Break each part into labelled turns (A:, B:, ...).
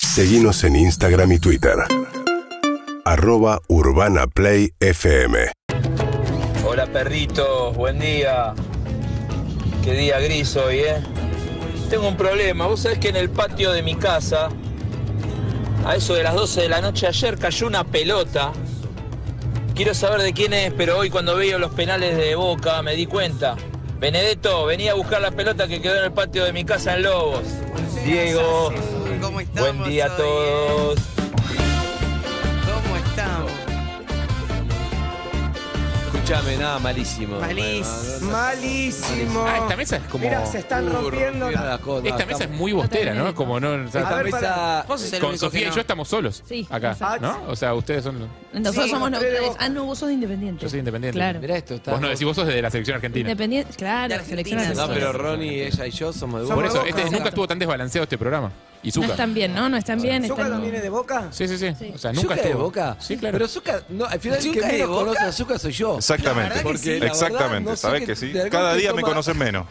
A: Seguimos en Instagram y Twitter. Arroba Urbana Play FM.
B: Hola perritos, buen día. Qué día gris hoy, ¿eh? Tengo un problema. Vos sabés que en el patio de mi casa, a eso de las 12 de la noche ayer, cayó una pelota. Quiero saber de quién es, pero hoy cuando veo los penales de Boca me di cuenta. Benedetto, venía a buscar la pelota que quedó en el patio de mi casa en Lobos. Diego,
C: ¿Cómo estamos?
B: buen día a
C: hoy,
B: todos.
C: eh? ¿Cómo estamos?
D: Escuchame, nada, malísimo.
C: Malísimo.
E: Malísimo.
F: Ah, esta mesa es como.
E: Mira, se están rompiendo.
D: Nada, cosa,
F: Esta mesa es
D: estamos-
F: muy bostera, ¿no? Como no. o sea,
E: A ver,
D: Esta
E: para-
D: mesa.
C: Vos sos el
F: con
C: único que
F: Sofía
C: no.
F: y yo estamos solos.
G: Sí,
F: Acá,
E: exacto.
F: ¿no? O sea, ustedes son.
G: Nosotros
E: Sí,
G: somos
E: los tres de
G: neutrales.
E: Boca.
G: Ah, no, vos sos independiente.
F: Yo soy independiente.
G: Claro.
D: Mirá esto, está.
F: Vos no decís, vos sos de la selección argentina.
G: Independiente,
C: De
G: claro,
C: Argentina.
G: selección
D: No,
G: argentina.
D: pero Ronnie, ella y yo somos de
E: Somos
F: Por
E: de
F: eso,
E: Boca.
F: este, nunca estuvo tan desbalanceado este programa. Y
G: No
F: Zucca.
G: están bien, ¿no? No están bien.
E: ¿Zucca
G: están-
E: también es de Boca?
F: Sí, sí, sí, O sea, nunca
D: ¿Nunca de
F: estuvo.
D: Boca?
F: Sí, claro.
D: Pero Zucca, no, al final el
C: ¿Zucca
D: que
C: de
D: menos
C: Boca?
D: conoce a Zucca soy yo.
H: Exactamente.
C: La verdad que sí.
D: Porque la
H: Exactamente.
D: verdad no sé
H: ¿Sabes
D: qué-
H: que sí?
D: de algún
H: Cada día
D: punto
H: me
D: más-
H: conocen menos.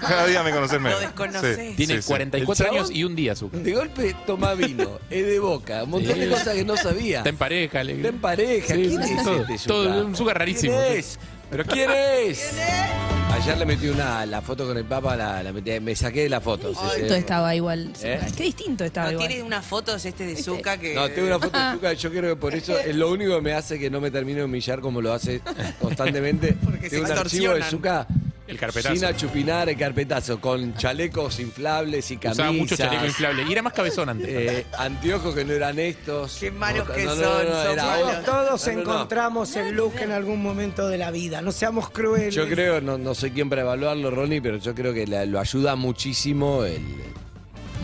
H: Cada día me conocen menos.
C: desconocés.
H: Sí,
F: Tiene
H: sí, sí.
F: 44
D: ¿El chabón?
F: años y un día, Zucca.
D: De golpe toma vino, es de boca, un montón de
F: Sí.
D: cosas que no sabía.
F: Está en pareja, le-
D: Está en pareja,
F: Sí,
D: ¿quién
F: sí,
D: es
F: todo,
D: este
F: todo,
D: Yuka?
F: un Yuka rarísimo.
D: ¿Quién es? ¿Pero quién es? Ayer le metí una, la foto con el Papa, la, la metí- me saqué de la foto. sí, sí.
G: Distinto estaba igual.
D: ¿Eh?
G: Qué distinto estaba
C: No,
G: igual.
C: tiene unas fotos este de Zucca que...
D: No, tengo una foto de Zucca, yo creo que por eso es lo único que me hace que no me termine de humillar como lo hace constantemente.
C: Porque
D: tengo
C: se
D: un archivo de
C: extorsionan.
D: Zucca.
F: El carpetazo.
D: Sin achupinar el carpetazo, con chalecos inflables y camisas.
F: Usaba mucho chaleco inflable. Y era más cabezón antes.
D: Eh, anteojos que no eran estos.
C: Qué malos
D: No,
C: que
D: no, no,
C: son,
D: no,
C: son
D: era
C: malos.
D: otro.
E: Todos, todos
D: No, no, no.
E: encontramos el look en algún momento de la vida. No seamos crueles.
D: Yo creo, no, no soy quien para evaluarlo, Ronnie, pero yo creo que la- lo ayuda muchísimo el.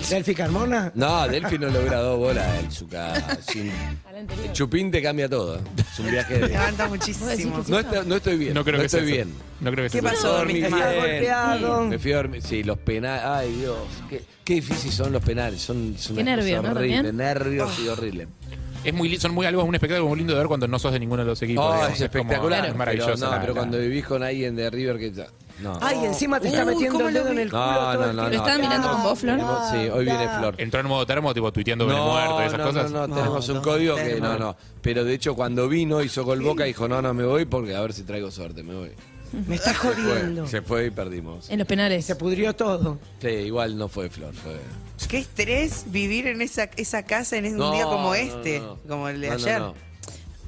E: ¿Selfie Carmona?
D: No, Delphi no le hubiera dado bola el Zucca. sin-
G: Al anterior.
D: El chupín te cambia todo. Es un viaje de.
C: Levanta
G: Vos decís
C: muchísimo.
G: que sí.
D: No, está- no estoy bien.
F: No creo que sea
D: estoy
F: eso.
D: bien.
F: No creo que sea
C: ¿Qué
F: eso.
C: pasó?
D: dormí
C: ¿Dormiste
E: Está
D: bien.
E: golpeado.
D: Me fui a dormir. Sí, los penales. Ay, Dios. Qué, qué difícil son los penales. Son, son
G: Qué
D: una cosa
G: nervio, ¿no?
D: horrible.
G: También.
D: Nervios
E: Oh.
D: y horrible.
F: Es muy, li- son muy algo, es un espectáculo muy lindo de ver cuando no sos de ninguno de los equipos.
D: Oh,
F: digamos.
D: es
F: como- ah,
D: espectacular.
F: es maravilloso.
D: Pero, no,
F: la-
D: pero
F: la-
D: cuando vivís con alguien de River que. ya- No.
E: Ay, encima te está
C: Uy,
E: metiendo
C: ¿cómo
E: el
C: lo
E: dedo en el
D: vi?
E: culo.
D: No,
E: todo
D: no,
E: el
D: no,
G: ¿Lo
E: tiempo.
G: estaban
D: no.
G: mirando con vos, Flor?
E: No.
D: Sí, hoy viene
E: Ah,
D: Flor.
F: Entró en modo termo, tipo tuiteando con el muerto y esas
D: no,
F: cosas.
D: No, no,
C: No,
D: tenemos un
C: no,
D: código que
C: termo.
D: no, no. Pero de hecho cuando vino hizo gol boca y dijo, no, no me voy porque a ver si traigo suerte, me voy.
E: Me está
D: Fue,
E: jodiendo.
D: se fue y perdimos.
G: En los penales.
E: Se pudrió todo.
D: Sí, igual no fue Flor, fue.
C: Qué estrés vivir en esa, esa casa en un
D: No,
C: día como
D: no,
C: este,
D: no.
C: como el de
D: No, no,
C: ayer.
D: no.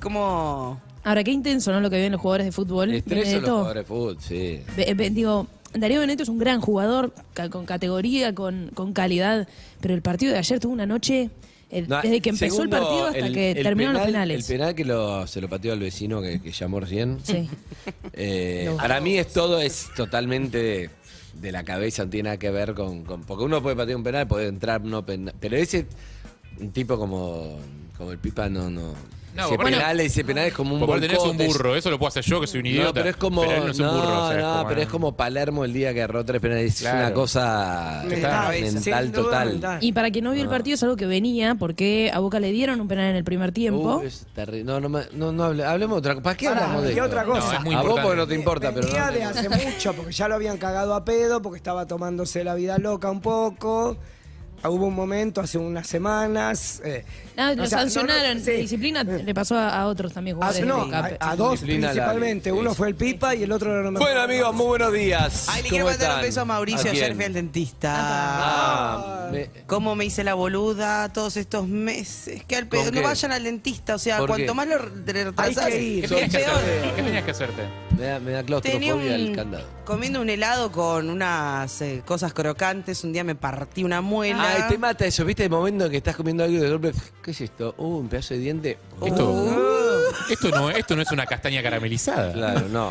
C: Como...
G: Ahora, qué intenso, ¿no? Lo que viven los jugadores de fútbol.
D: Estrés son los
G: Benedetto.
D: jugadores de fútbol, sí.
G: Be- be- digo, Darío Benedetto es un gran jugador, ca- con categoría, con, con calidad, pero el partido de ayer tuvo una noche, el-
D: No,
G: desde que empezó el
D: segundo,
G: partido hasta
D: el-
G: que
D: el
G: terminaron los
D: penal-
G: penales.
D: El penal que lo, se lo pateó al vecino que, que llamó recién.
G: Sí.
D: Eh,
G: No.
D: Para mí es todo, es totalmente de, de la cabeza, no tiene nada que ver con, con- Porque uno puede patear un penal, puede entrar no penal. Pero ese un tipo como, como el Pipa no, no.
F: No,
D: ese,
F: vos ponés-
D: penal, ese penal es como un
F: Porque vos tenés un
D: boicot, es-
F: burro, eso lo puedo hacer yo que soy un idiota.
D: no, pero es como.
F: él no es un
D: no,
F: burro. o sea,
D: no, pero es como Palermo el día que erró tres penales. Es una
F: Claro.
D: cosa
F: Mental.
D: mental
E: Sin duda
D: total.
E: mental.
G: Y para quien no vio
D: Ah.
G: el partido es algo que venía, porque a Boca le dieron un penal en el primer tiempo.
D: Uh, es terrible. No, no, me- no, no hable- hablemos de otra cosa. ¿Para qué
E: Pará,
D: hablamos de
E: y
D: esto?
E: otra
F: No,
E: cosa.
F: es muy
D: a vos porque no
F: importante.
D: te importa, pero
E: Venía
D: no-
E: de hace mucho, porque ya lo habían cagado a pedo, porque estaba tomándose la vida loca un poco. Ah, Hubo un momento hace unas semanas. eh,
G: Ah,
E: o
G: lo
E: sea, no, no,
G: sancionaron.
E: sí. Eh.
G: Disciplina le pasó a, a otros
E: Ah,
G: también jugadores. de
E: no,
G: Boca.
E: a, a dos
D: Disciplina la-
E: principalmente.
D: sí.
E: Uno fue el Pipa y el otro era
D: Bueno, amigos, muy buenos días.
C: Ay, le
D: ¿Cómo
C: quiero mandar un
D: están?
C: beso a Mauricio,
D: quién?
C: ayer fui al dentista.
D: Ah, me-
C: ¿Cómo me hice la boluda todos estos meses? Que al pedo,
D: ¿Con
C: no
D: qué?
C: vayan al dentista, o sea,
D: ¿Por
C: cuanto
D: qué?
C: más lo re-
E: Hay
C: retrasás,
E: que ir.
F: ¿Qué
C: es
F: tenías que
C: peor.
F: hacerte? ¿Qué tenías que hacerte?
D: me da, me da
C: Tenía
D: claustrofobia el
C: un,
D: candado.
C: comiendo un helado con unas eh, cosas crocantes, un día me partí una muela.
D: Ay, Ah, te mata eso, ¿viste? El momento en que estás comiendo algo y de golpe, ¿qué es esto? Uh, un pedazo de diente. Uh,
F: Esto, esto, no, esto no es una castaña caramelizada.
D: Claro, no.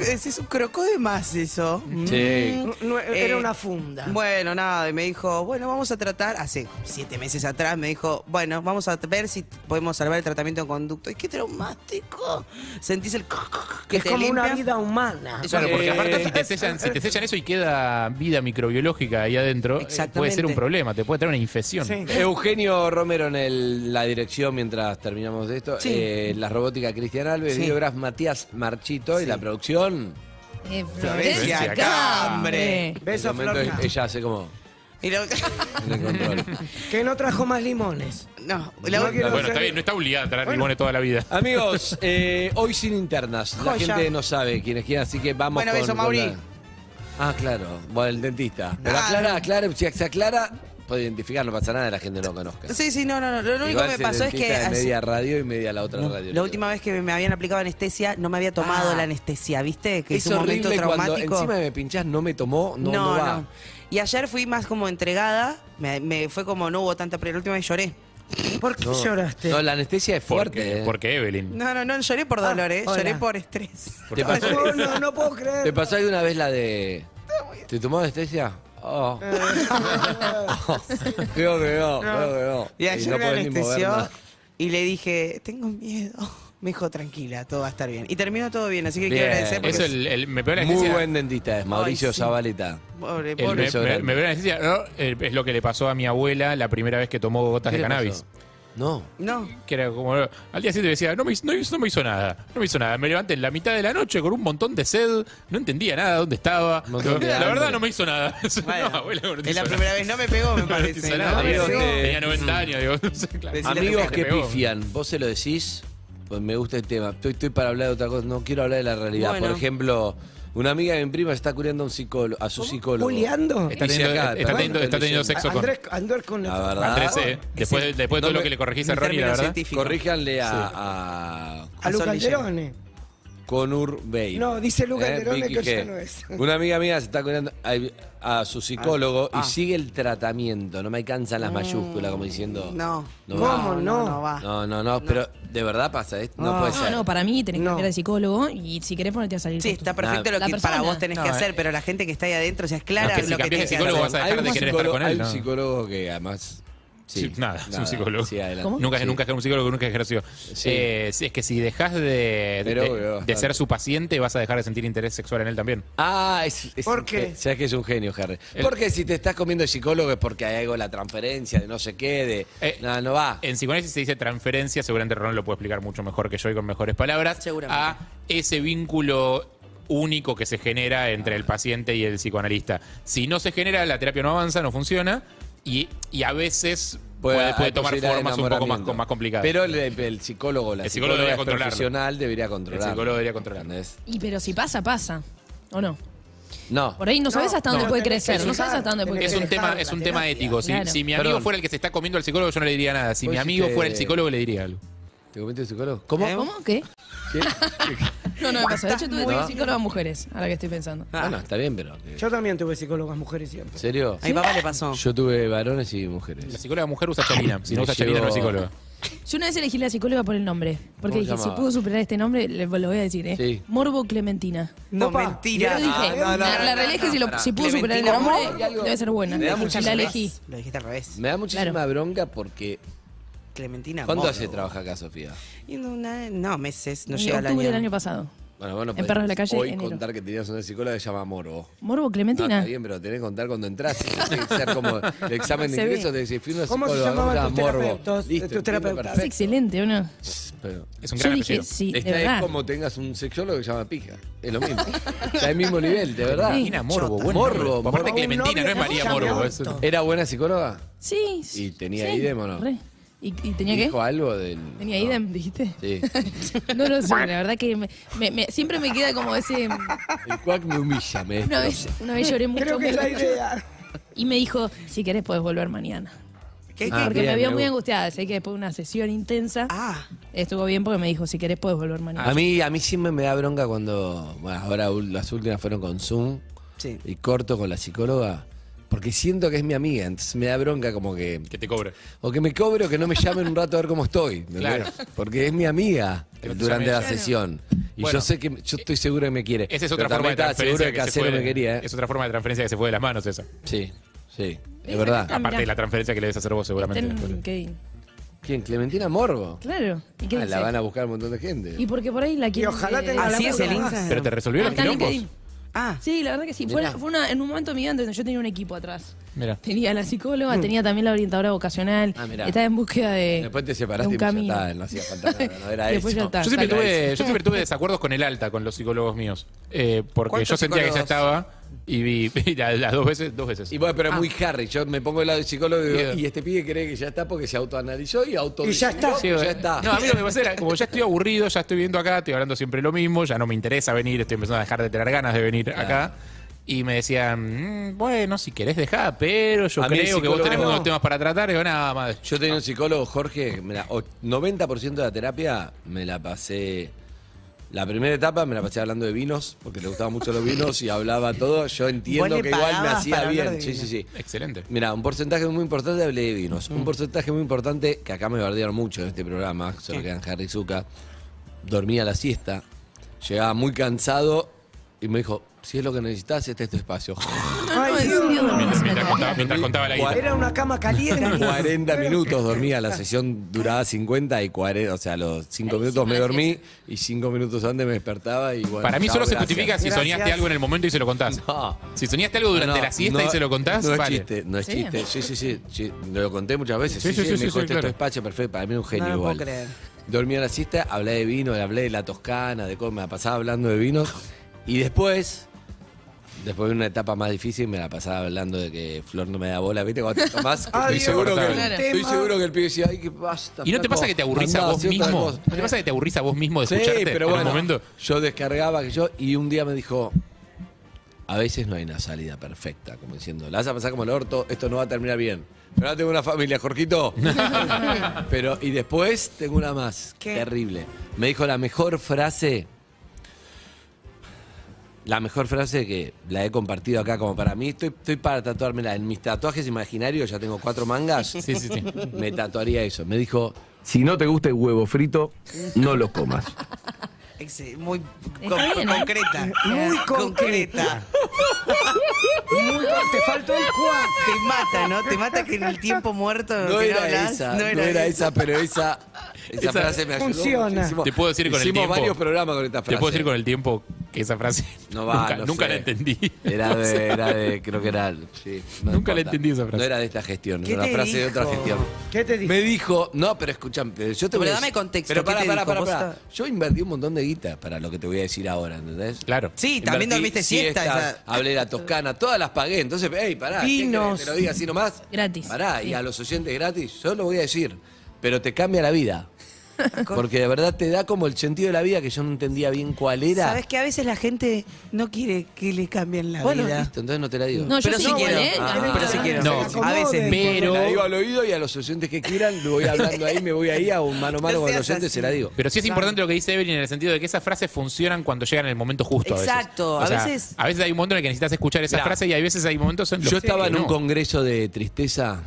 C: es un crocó de más eso.
D: Sí.
E: Era
C: Eh,
E: una funda.
C: Bueno, nada, y me dijo, bueno, vamos a tratar, hace siete meses atrás me dijo, bueno, vamos a ver si podemos salvar el tratamiento de conducto. ¡Ay, qué traumático! Sentís el... que
E: es
C: te
E: como una
C: limpia.
E: vida humana.
C: Es
F: Claro, porque
C: Eh,
F: aparte si te, sellan, si te sellan eso y queda vida microbiológica ahí adentro, eh, puede ser
C: Exactamente.
F: un problema, te puede traer una infección.
E: Sí.
D: Eugenio Romero en el- la dirección mientras terminamos de esto.
C: Sí.
D: Eh, la robótica Cristian Alves,
C: Sí.
D: videograf Matías Marchito y
C: Sí.
D: la producción.
G: Eh,
C: Florencia
G: Florencia
C: Cambre.
G: Cambre.
E: Beso
D: En el
E: Florna.
D: momento Ella hace como.
C: Y la otra-
D: en el control.
E: Que no trajo más limones.
C: No, la
E: No
C: otra-
E: quiero-
F: Bueno, está bien, no está obligada a traer limones toda la vida.
D: Amigos, eh, hoy sin internas. La
C: Joya.
D: gente no sabe quién es quién, así que vamos
C: Bueno,
D: con...
C: beso,
D: con
C: Mauri.
D: la- Ah, claro. Bueno, el dentista. Pero
C: Ah,
D: aclara,
C: no.
D: aclara. Si se aclara, puede identificar, no pasa nada, la gente no lo conozca.
C: Sí, sí, no, no, no. Lo único
D: Igual
C: que
D: si
C: me
D: el
C: pasó es que.
D: dentista de
C: hace-
D: media radio y media la otra radio.
C: La última vez que me habían aplicado anestesia, no me había tomado
D: Ah.
C: la anestesia, ¿viste? Que
D: Es
C: es un momento
D: horrible cuando
C: traumático.
D: encima me pinchás, no me tomó, no,
C: no,
D: no
C: no,
D: va.
C: Y ayer fui más como entregada, me, me- fue como no hubo tanta, pero la última vez lloré.
E: ¿Por qué
C: Este-
E: lloraste?
D: No, la anestesia es fuerte.
F: Porque,
D: eh.
F: porque Evelyn.
C: No, no, no, lloré
D: Ah,
C: por dolor, ¿eh?
E: hola.
C: Lloré por estrés.
D: ¿Te pasó,
E: No, no, no puedo
D: ¿Te
E: creer.
D: pasó alguna vez la de... ¿Te tomó anestesia? Oh. creo que no, creo que no.
C: Y ayer me
D: podés ni mover
C: anestesió
D: nada.
C: y le dije, tengo miedo. Me dijo, tranquila, todo va a estar bien. Y terminó todo bien, así que
D: Bien.
C: quiero agradecer porque
F: Eso, el, el- me pegó la
D: Muy
F: anestesia.
D: buen dentista es Mauricio
C: sí.
D: Zabaleta.
C: pobre,
F: El-
C: pobre.
F: me,
D: beso
F: me-
D: grande.
F: me pegó la anestesia. No, eh, es lo que le pasó a mi abuela la primera vez que tomó gotas
D: ¿Qué
F: de
D: le
F: cannabis.
D: pasó? No.
C: No,
F: Que era como. Al día siguiente decía, no me, hizo- no hizo- no me hizo nada. No me hizo nada. Me levanté en la mitad de la noche con un montón de sed. No entendía nada, dónde estaba.
D: Montón de
F: la
D: hambre.
F: verdad, no me hizo nada.
C: bueno,
F: no, abuela, no te
C: es la
F: hizo
C: primera
F: nada.
C: vez, no me pegó, me
F: No, no te hizo
C: parece.
F: nada.
C: No me
D: Amigos,
C: pegó.
D: eh,
F: Tenía 90 años, digo. no sé, claro.
C: Decirle Sí,
D: Ah, Amigos
F: te
D: que
F: pegó.
D: pifian, vos se lo decís, pues me gusta el tema. Estoy, estoy para hablar de otra cosa, no quiero hablar de la realidad.
C: Bueno.
D: Por ejemplo, una amiga de mi prima está curiando a, un psicólogo, a su psicólogo.
E: ¿Juliando?
F: Está
D: Y si
F: teniendo,
D: acá,
F: está
D: está
F: teniendo- está teniendo
D: televisión.
F: sexo con.
E: Andrés, Andrés con
D: La verdad.
F: Andrés, eh, después, después de todo
D: No
F: lo
D: me-
F: que le corregís a
C: mi
F: Ronnie, la
C: término
F: verdad.
C: científico.
D: Corríjanle a, a
E: A Lu
C: Sol
E: Calderone.
D: Conur Bey. Eh,
E: No, dice Lu Calderone
D: Vicky
E: que ya
D: G.
E: no es.
D: Una amiga mía se está curando a, a su psicólogo
F: Ah.
D: y sigue el tratamiento. No me alcanzan las mayúsculas, como diciendo.
C: No.
D: no
E: ¿Cómo
D: va.
E: no?
C: No va.
D: No, no, no, pero de verdad pasa, ¿eh? no
E: Ah.
D: puede
G: No,
D: ser.
G: no, para mí tenés que
E: No.
G: cambiar de psicólogo y si querés ponerte a salir.
C: Sí,
G: con tu-
C: está perfecto
D: Nah,
C: lo
G: la
C: que
G: persona.
C: para vos tenés que
F: No,
C: hacer,
F: eh.
C: pero la gente que está ahí adentro, o sea, es
F: No,
C: clara
F: es que si
C: lo que
F: cambiás de
C: tiene que
F: psicólogo
C: hacer.
F: vas a dejar
D: Hay
F: de
D: un
F: querer estar con
D: psicólogo-
F: él,
D: Hay
F: ¿no?
D: un psicólogo que además. Sí,
F: Sí, nada, es un psicólogo.
D: Sí, adelante.
G: ¿Cómo?
F: Nunca,
D: Sí.
F: nunca es un psicólogo que nunca ejerció.
D: Sí.
F: Eh, sí, es que si dejas de, de-
D: Pero, obvio,
F: de
D: bastante.
F: ser su paciente, vas a dejar de sentir interés sexual en él también.
D: Ah, es, es
E: ¿Por
D: un
E: qué?
D: gen- Sabes que es un genio, Harry.
F: El-
D: Porque si te estás comiendo psicólogo es porque hay algo de la transferencia, de no sé qué, de.
F: Eh,
D: no, no va.
F: En psicoanálisis se dice transferencia, seguramente Ron lo puede explicar mucho mejor que yo y con mejores palabras.
C: Seguramente.
F: A ese vínculo único que se genera entre el paciente y el psicoanalista. Si no se genera, la terapia no avanza, no funciona y, y a veces puede, puede
D: hay
F: tomar
D: posibilidad de
F: formas un poco más,
D: enamoramiento.
F: más complicadas.
D: Pero el, el psicólogo, la
F: El psicólogo
D: psicóloga
F: debería
D: es
F: controlarlo.
D: profesional debería controlar.
F: El psicólogo debería controlarlo.
G: Y pero si pasa, pasa. ¿O no.
D: No.
G: Por ahí no sabes hasta dónde
E: no,
G: puede
E: tenés que
G: crecer. No
E: dejar,
G: sabes hasta dónde puede
E: tenés
F: es
G: crecer.
F: un tema, es un tema ético. Si,
G: Claro.
F: si mi amigo
D: Perdón.
F: fuera el que se está comiendo al psicólogo, yo no le diría nada. Si
D: Vos
F: mi amigo
D: hiciste-
F: fuera el psicólogo, le diría algo.
D: ¿Te comiste el psicólogo? ¿Cómo?
C: ¿Eh?
G: ¿Cómo? ¿Qué?
D: ¿Qué?
G: No, no me pasó. De hecho, tuve
D: muy-
G: un psicólogo a mujeres, ahora que estoy pensando.
D: Ah, no, está bien, pero.
E: Yo también tuve psicólogas mujeres siempre.
D: ¿En serio?
C: A mi papá le pasó.
D: Yo tuve varones y
F: La
D: mujeres.
F: psicóloga mujer usa chalina. Si no
D: Me
F: usa chalina, no es
D: llegó-
F: psicóloga.
G: Yo una vez elegí la psicóloga por el nombre. Porque
D: ¿Cómo
G: dije,
D: se
G: si
D: llamaba?
G: puedo superar este nombre, le- lo voy a decir, ¿eh?
D: Sí.
G: Morbo Clementina.
C: No,
E: Opa.
C: mentira.
G: Pero dije,
D: no, no,
G: la, la
D: no,
G: realidad es que
D: no,
G: si, lo-
D: pará.
G: si puedo superar el
C: Clementina,
G: nombre,
D: ¿cómo?
G: debe ser buena.
D: Me da
G: Y
D: muchísimo
G: la
D: más.
G: elegí.
C: Lo dijiste al revés.
D: Me da muchísima
G: Claro.
D: bronca porque.
C: Clementina.
D: ¿Cuándo
C: Moro.
D: hace trabaja acá, Sofía?
C: Y no, una- no, meses, no
G: En
C: llega al
G: octubre
C: año.
G: del año pasado.
D: Bueno, bueno,
G: En Perros de la Calle,
D: hoy
G: enero.
D: contar que tenías una psicóloga que se llama Morbo.
G: Morbo
D: No,
G: Clementina.
D: Ah, está bien, pero tenés que contar cuando entras. Tiene que ser como el examen de
G: Se
D: ingreso.
G: ve.
D: Te decís, fui una
E: ¿Cómo se
D: psicóloga,
E: llamaban
D: llamaba
E: tus terapeutas?
D: Listo,
E: Tus
D: entiendo
E: terapeutas.
G: es
D: perfecto.
G: excelente, ¿o no?
D: Pero-
F: Es un
G: Yo
F: gran
G: dije,
F: apellido.
G: sí, de
D: Esta es
G: verdad.
D: como tengas un sexólogo que se llama pija. Es lo mismo. Está al mismo nivel, de verdad.
F: Clementina Morbo,
D: Chota.
F: bueno.
D: Morbo,
F: Aparte
D: Morbo.
F: Clementina, no es María Morbo. es-
D: ¿Era buena psicóloga?
G: Sí.
D: ¿Y tenía
G: sí,
D: idem o no?
G: re. ¿Y, y tenía qué?
D: ¿Dijo algo del...?
G: ¿Tenía
D: no.
G: idem, dijiste?
D: Sí.
G: no lo sé, la verdad que me- me- me- siempre me queda como ese...
D: El cuac me humilla, me
G: Una vez,
D: destroza.
G: una vez lloré mucho.
E: Creo que es la
G: mucho.
E: idea.
G: Y me dijo, si querés podés volver mañana.
C: ¿Qué, qué?
D: Ah,
G: Porque
D: bien,
G: me vio
D: me
G: muy
D: gusta.
G: angustiada. Sé que después de una sesión intensa,
C: Ah,
G: estuvo bien porque me dijo, si querés podés volver mañana.
D: A mí, a mí siempre me da bronca cuando... Bueno, ahora ul- las últimas fueron con Zoom
C: sí.
D: y corto con la psicóloga. Porque siento que es mi amiga, entonces me da bronca como que...
F: Que te cobra.
D: O que me cobre o que no me llamen un rato a ver cómo estoy. ¿entendés?
F: Claro.
D: Porque es mi amiga
F: Que no te
D: durante
F: llame
D: la
F: ella.
D: sesión. Y
F: Bueno,
D: yo sé que yo estoy seguro que me quiere.
F: Esa es
D: Pero
F: otra forma
D: también
F: de
D: estaba seguro
F: transferencia
D: que
F: que se
D: Casero
F: fue
D: me
F: de-
D: quería. ¿eh?
F: Es otra forma de transferencia que se fue de las manos esa.
D: Sí, sí, es
G: ¿Ves? Acá
D: verdad.
G: está.
F: Aparte
G: mirá.
F: de la transferencia que le debes hacer vos seguramente.
G: Ten-
F: después.
G: que-
D: ¿Quién? Clementina Morbo.
G: Claro. ¿Y qué
D: Ah, la
G: dice?
D: van a buscar un montón de gente.
G: Y porque por ahí la quieren...
E: ojalá
G: eh,
E: tenga-
C: Así es el
F: Pero te
C: Instagram.
F: resolvió
G: Ah,
F: los
G: está en
F: quilombos.
G: LinkedIn.
C: Ah,
G: Sí, la verdad que sí. Fue,
D: Mirá.
G: fue una- en un momento de mi vida en donde yo tenía un equipo atrás.
F: Mira.
G: Tenía la psicóloga, tenía también la orientadora vocacional.
D: Ah, mirá.
G: estaba en búsqueda de.
D: Después te
G: eh, de
D: separaste
G: un
D: y pues ya
G: camino.
D: está, no hacía falta nada, no era
G: Después ya
D: eso.
G: está.
F: Yo siempre,
G: Saca
F: tuve, yo siempre tuve desacuerdos con el alta, con los psicólogos míos. Eh, porque
C: ¿Cuántos
F: yo sentía que ya
C: psicólogos?
F: estaba. Y vi y la- las dos veces, dos veces.
D: Y bueno, pero es muy
G: Ah.
D: Harry. Yo me pongo del lado del psicólogo y digo,
F: Bien.
D: y este pibe cree que ya está porque se autoanalizó y auto.
E: Y ya está.
F: Sí,
D: ya
F: bueno.
D: está.
F: No, a mí lo que me pasa era, como ya estoy aburrido, ya estoy viendo acá, estoy hablando siempre lo mismo, ya no me interesa venir, estoy empezando a dejar de tener ganas de venir acá. Y me decían, "Mm, bueno, si querés dejar, pero yo
D: A mí el
F: creo que vos
D: psicólogo-
F: tenés
D: No.
F: unos temas para tratar. Y digo, nada, madre.
D: Yo tenía un psicólogo, Jorge, mira, o- 90% de la terapia me la pasé. La primera etapa me la pasé hablando de vinos, porque le gustaban mucho los vinos y hablaba todo. Yo entiendo
C: le
D: que igual me
C: pagabas para
D: hacía
C: hablar
D: bien.
C: de
D: Sí,
C: vino.
D: sí, sí.
F: Excelente.
D: Mira, un porcentaje muy importante hablé de vinos.
C: Mm.
D: Un porcentaje muy importante que acá me bardearon mucho en este programa, se lo quedan Harry y Zucca. Dormía la siesta, llegaba muy cansado y me dijo: Si es lo que necesitas, este es tu espacio.
E: Ay,
G: No, en serio, no,
F: Mientras,
G: es
F: mientras
G: verdad.
F: contaba, mientras contaba la guita.
E: Era una cama caliente.
D: 40 minutos dormía, la sesión duraba 50 y 40, o sea, a los 5 minutos me dormí y 5 minutos antes me despertaba y bueno.
F: Para mí
D: chao,
F: solo se
D: gracias.
F: justifica si
E: Gracias.
F: soñaste algo en el momento y se lo contás.
D: No.
F: Si soñaste algo durante
D: No,
F: la siesta
D: no,
F: y se lo contás,
D: No es
F: vale.
D: chiste, no es
G: Sí.
D: chiste. Sí, sí, sí, sí, Lo conté muchas veces.
F: Sí, sí,
D: Sí, sí,
F: sí,
D: me
F: sí,
D: dijo,
F: sí,
D: este
F: claro.
D: es tu espacio perfecto. Para mí era un genio
C: No lo puedo
D: igual.
C: creer.
D: Dormí a la siesta, hablé de vino, hablé de la Toscana, de cómo me la pasaba hablando de vinos. Y después, después de una etapa más difícil, me la pasaba hablando de que Flor no me da bola. ¿Viste? Cuando te tomás, estoy,
E: Adiós.
D: seguro que,
F: Claro.
D: estoy seguro que el pibe decía, ay, qué pasta.
F: ¿Y no te
D: flaco,
F: pasa que te aburrís a
D: andá,
F: vos
D: hacé otra
F: mismo?
D: cosa".
F: ¿No te pasa que te aburrís a vos mismo de
D: Sí,
F: escucharte
D: pero
F: en
D: bueno,
F: un momento?
D: yo descargaba que yo y un día me dijo, a veces no hay una salida perfecta, como diciendo, la vas a pasar como el orto, esto no va a terminar bien. Pero ahora tengo una familia, Jorgito. pero y después tengo una más,
C: ¿Qué?
D: terrible. Me dijo la mejor frase la mejor frase que la he compartido acá como para mí, estoy, estoy para tatuármela. En mis tatuajes imaginarios, ya tengo cuatro mangas,
F: Sí, sí, sí.
D: me tatuaría eso. Me dijo, si no te gusta el huevo frito, no lo comas.
C: Ex- eh, Muy
G: Está
C: con-
G: bien, ¿eh?
C: concreta.
E: Muy concreta. Muy co- te faltó el cuarto.
C: Te mata, ¿no? Te mata que en el tiempo muerto
D: No
C: que no
D: era
C: hablas,
D: esa, no era esa, pero esa, esa,
F: Esa
D: frase me ayudó.
E: funciona.
D: muchísimo.
F: Te puedo decir con el
D: Hicimos
F: tiempo-
D: varios programas con esta frase.
F: Te puedo decir con el tiempo que esa frase
D: No va,
F: nunca,
D: no
F: nunca
D: sé.
F: la entendí.
D: Era de, era de, creo que era, sí, no
F: Nunca la
D: importa.
F: entendí esa frase.
D: No era de esta gestión,
C: ¿Qué
D: era una
C: te
D: frase de otra
C: dijo?
D: gestión.
E: ¿Qué te
D: Me
E: dije?
D: dijo, no, pero escuchame, pero yo te
C: Pero
D: voy a
C: dame
D: decir-
C: contexto,
D: Pero
C: ¿qué
D: pará,
C: te
D: pará,
C: dijo?
D: pará, pará.
C: Posta.
D: Yo invertí un montón de guita para lo que te voy a decir ahora, ¿entendés?
F: Claro.
C: Sí, también
D: Invertí Ah,
C: dormiste siesta. esa-
D: Hablé de la Toscana, todas las pagué. Entonces, hey, pará, ¿qué querés
C: Vinos.
D: que te lo diga así nomás.
G: Gratis,
D: Pará,
G: sí.
D: y a los oyentes gratis, yo lo voy a decir. Pero te cambia la vida. Porque de verdad te da como el sentido de la vida que yo no entendía bien cuál era.
C: Sabes que a veces la gente no quiere que le cambien la
D: Bueno,
C: vida.
D: listo, entonces no te la digo.
G: No, yo
C: pero
G: sí
C: sí
G: igual,
C: quiero.
G: ¿eh?
D: Ah,
G: También.
C: pero sí quiero.
F: No.
C: a veces.
E: Acomoden.
D: Te
F: Pero,
D: la digo al oído y a los oyentes que quieran, lo voy hablando ahí, me voy ahí a un mano a mano
C: No
D: con los
C: seas
D: oyentes,
C: así.
D: se la digo.
F: pero sí es importante lo que dice Evelyn en el sentido de que esas frases funcionan cuando llegan en el momento justo. a veces.
C: Exacto,
F: O
C: a
F: sea, ah,
C: veces-
F: A veces hay un momento en el que necesitas escuchar esa
D: Mirá.
F: frase y hay veces hay momentos en los
D: Yo estaba
F: que
D: en un
F: no.
D: congreso de tristeza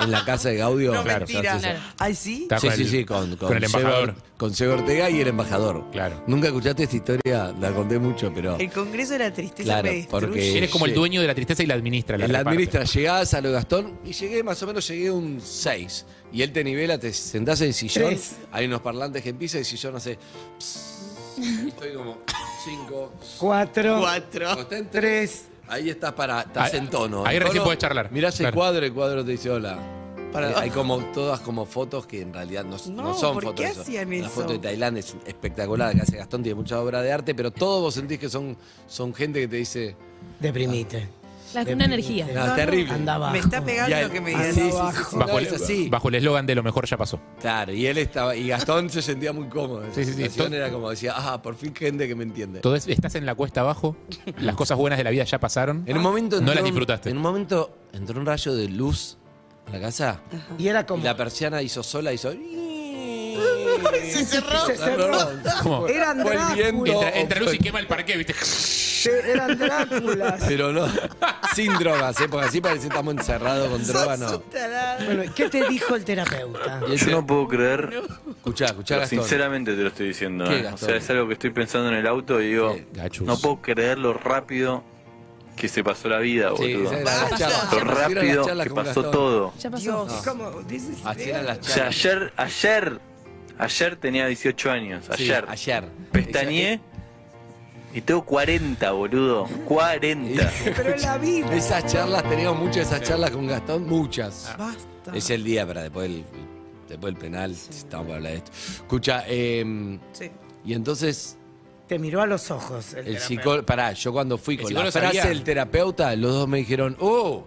D: en la casa de Gaudio.
C: No,
F: Claro,
C: mentira.
F: sí, sí, sí.
C: Ay, sí.
F: Está
D: Sí,
F: con
D: sí,
F: el-
D: sí, con,
F: con el
D: Seba-
F: embajador.
D: con Seba Ortega y el embajador.
F: Claro.
D: Nunca escuchaste esta historia, la conté mucho, pero
C: El Congreso de la Tristeza
D: Claro,
C: me destruye.
D: porque-
F: Eres como el
D: Sí.
F: dueño de la tristeza y la administra.
D: en la
F: reparte.
D: administra llegás a lo Gastón y llegué más o menos, llegué un 6. Y él te nivela, te sentás en el sillón,
E: Tres.
D: hay unos parlantes que empieza y el sillón hace... pss, Estoy como 5,
E: Cuatro.
C: Cuatro.
D: Cuando está en
E: Tres.
D: Ahí estás para, estás
F: Ahí-
D: en tono.
F: ahí
D: En
F: recién
D: tono,
F: podés charlar.
D: Mirás el
F: Claro.
D: cuadro, el cuadro te dice hola. Eh, Hay como todas como fotos que en realidad no, no
C: No,
D: son
C: ¿por
D: fotos.
C: qué
D: de eso.
C: hacían
D: La
C: eso?
D: foto de Tailandia es espectacular, que hace Gastón, tiene mucha obra de arte, pero todos vos sentís que son, son gente que te dice,
E: Deprimite.
G: La- Una energía.
D: "No, terrible.
E: Andaba.
C: Me está pegando
D: Y
C: lo que me
D: él- ah,
C: digas.
D: sí, sí,
E: Andaba
D: sí, sí,
F: Bajo
D: no,
F: el-
D: es así.
F: Bajo el eslogan de lo mejor ya pasó.
D: Claro, y él estaba, y Gastón se sentía muy cómodo.
F: Sí, sí, sí.
D: Gastón
F: To-
D: era como decía, ah, por fin gente que me entiende.
F: Todo es- estás en la cuesta abajo, las cosas buenas de la vida ya pasaron.
D: En un momento
F: no
D: entró
F: las
D: un-
F: disfrutaste.
D: En un momento entró un rayo de luz a la casa.
E: Y era como.
D: Y la persiana hizo sola, hizo. Se
E: cerró. Se cerró.
F: Como-
E: Eran
D: Fue el viento.
E: Dráculas.
F: entra, entra luz y quema el parqué, ¿viste?
E: Se- Eran Dráculas.
D: Pero no, sin drogas, ¿eh? porque así parece que estamos encerrados con droga, no.
E: Bueno, ¿qué te dijo el terapeuta?
D: Y él
I: Yo no puedo creer,
D: Escuchá, escuchá,
I: pero
D: Gastón.
I: sinceramente te lo estoy diciendo.
D: ¿Qué,
I: eh. O
D: Gastón? Eh,
I: sea, es algo que estoy pensando en el auto y digo,
D: Sí,
F: gachos.
I: no puedo creer lo rápido que se pasó la vida,
D: Sí,
I: boludo.
D: esas eran las charlas.
I: Lo
D: Así eran las
I: rápido
D: charlas
I: que
D: con
I: pasó
D: Gastón.
I: todo.
G: Ya pasó.
C: Dios.
E: ¿Cómo? This is
D: Así eran las
I: O sea,
D: charlas.
I: ayer, ayer, ayer tenía 18 años,
D: Sí,
I: ayer.
D: ayer.
I: Pestañé y tengo 40, boludo. 40.
E: Pero la vida.
D: Esas charlas, teníamos muchas de esas charlas con Gastón, muchas.
C: Basta.
D: Ah, Es el día para después del, después del penal, estamos para hablar de esto. Escucha, eh,
C: Sí.
D: y entonces
E: Te miró a los ojos. El
D: El
E: terapeuta.
D: psicólogo, pará, yo cuando fui con la
F: psicólogo
D: frase
F: sabía.
D: del terapeuta, los dos me dijeron, ¡oh!
E: ¡Oh!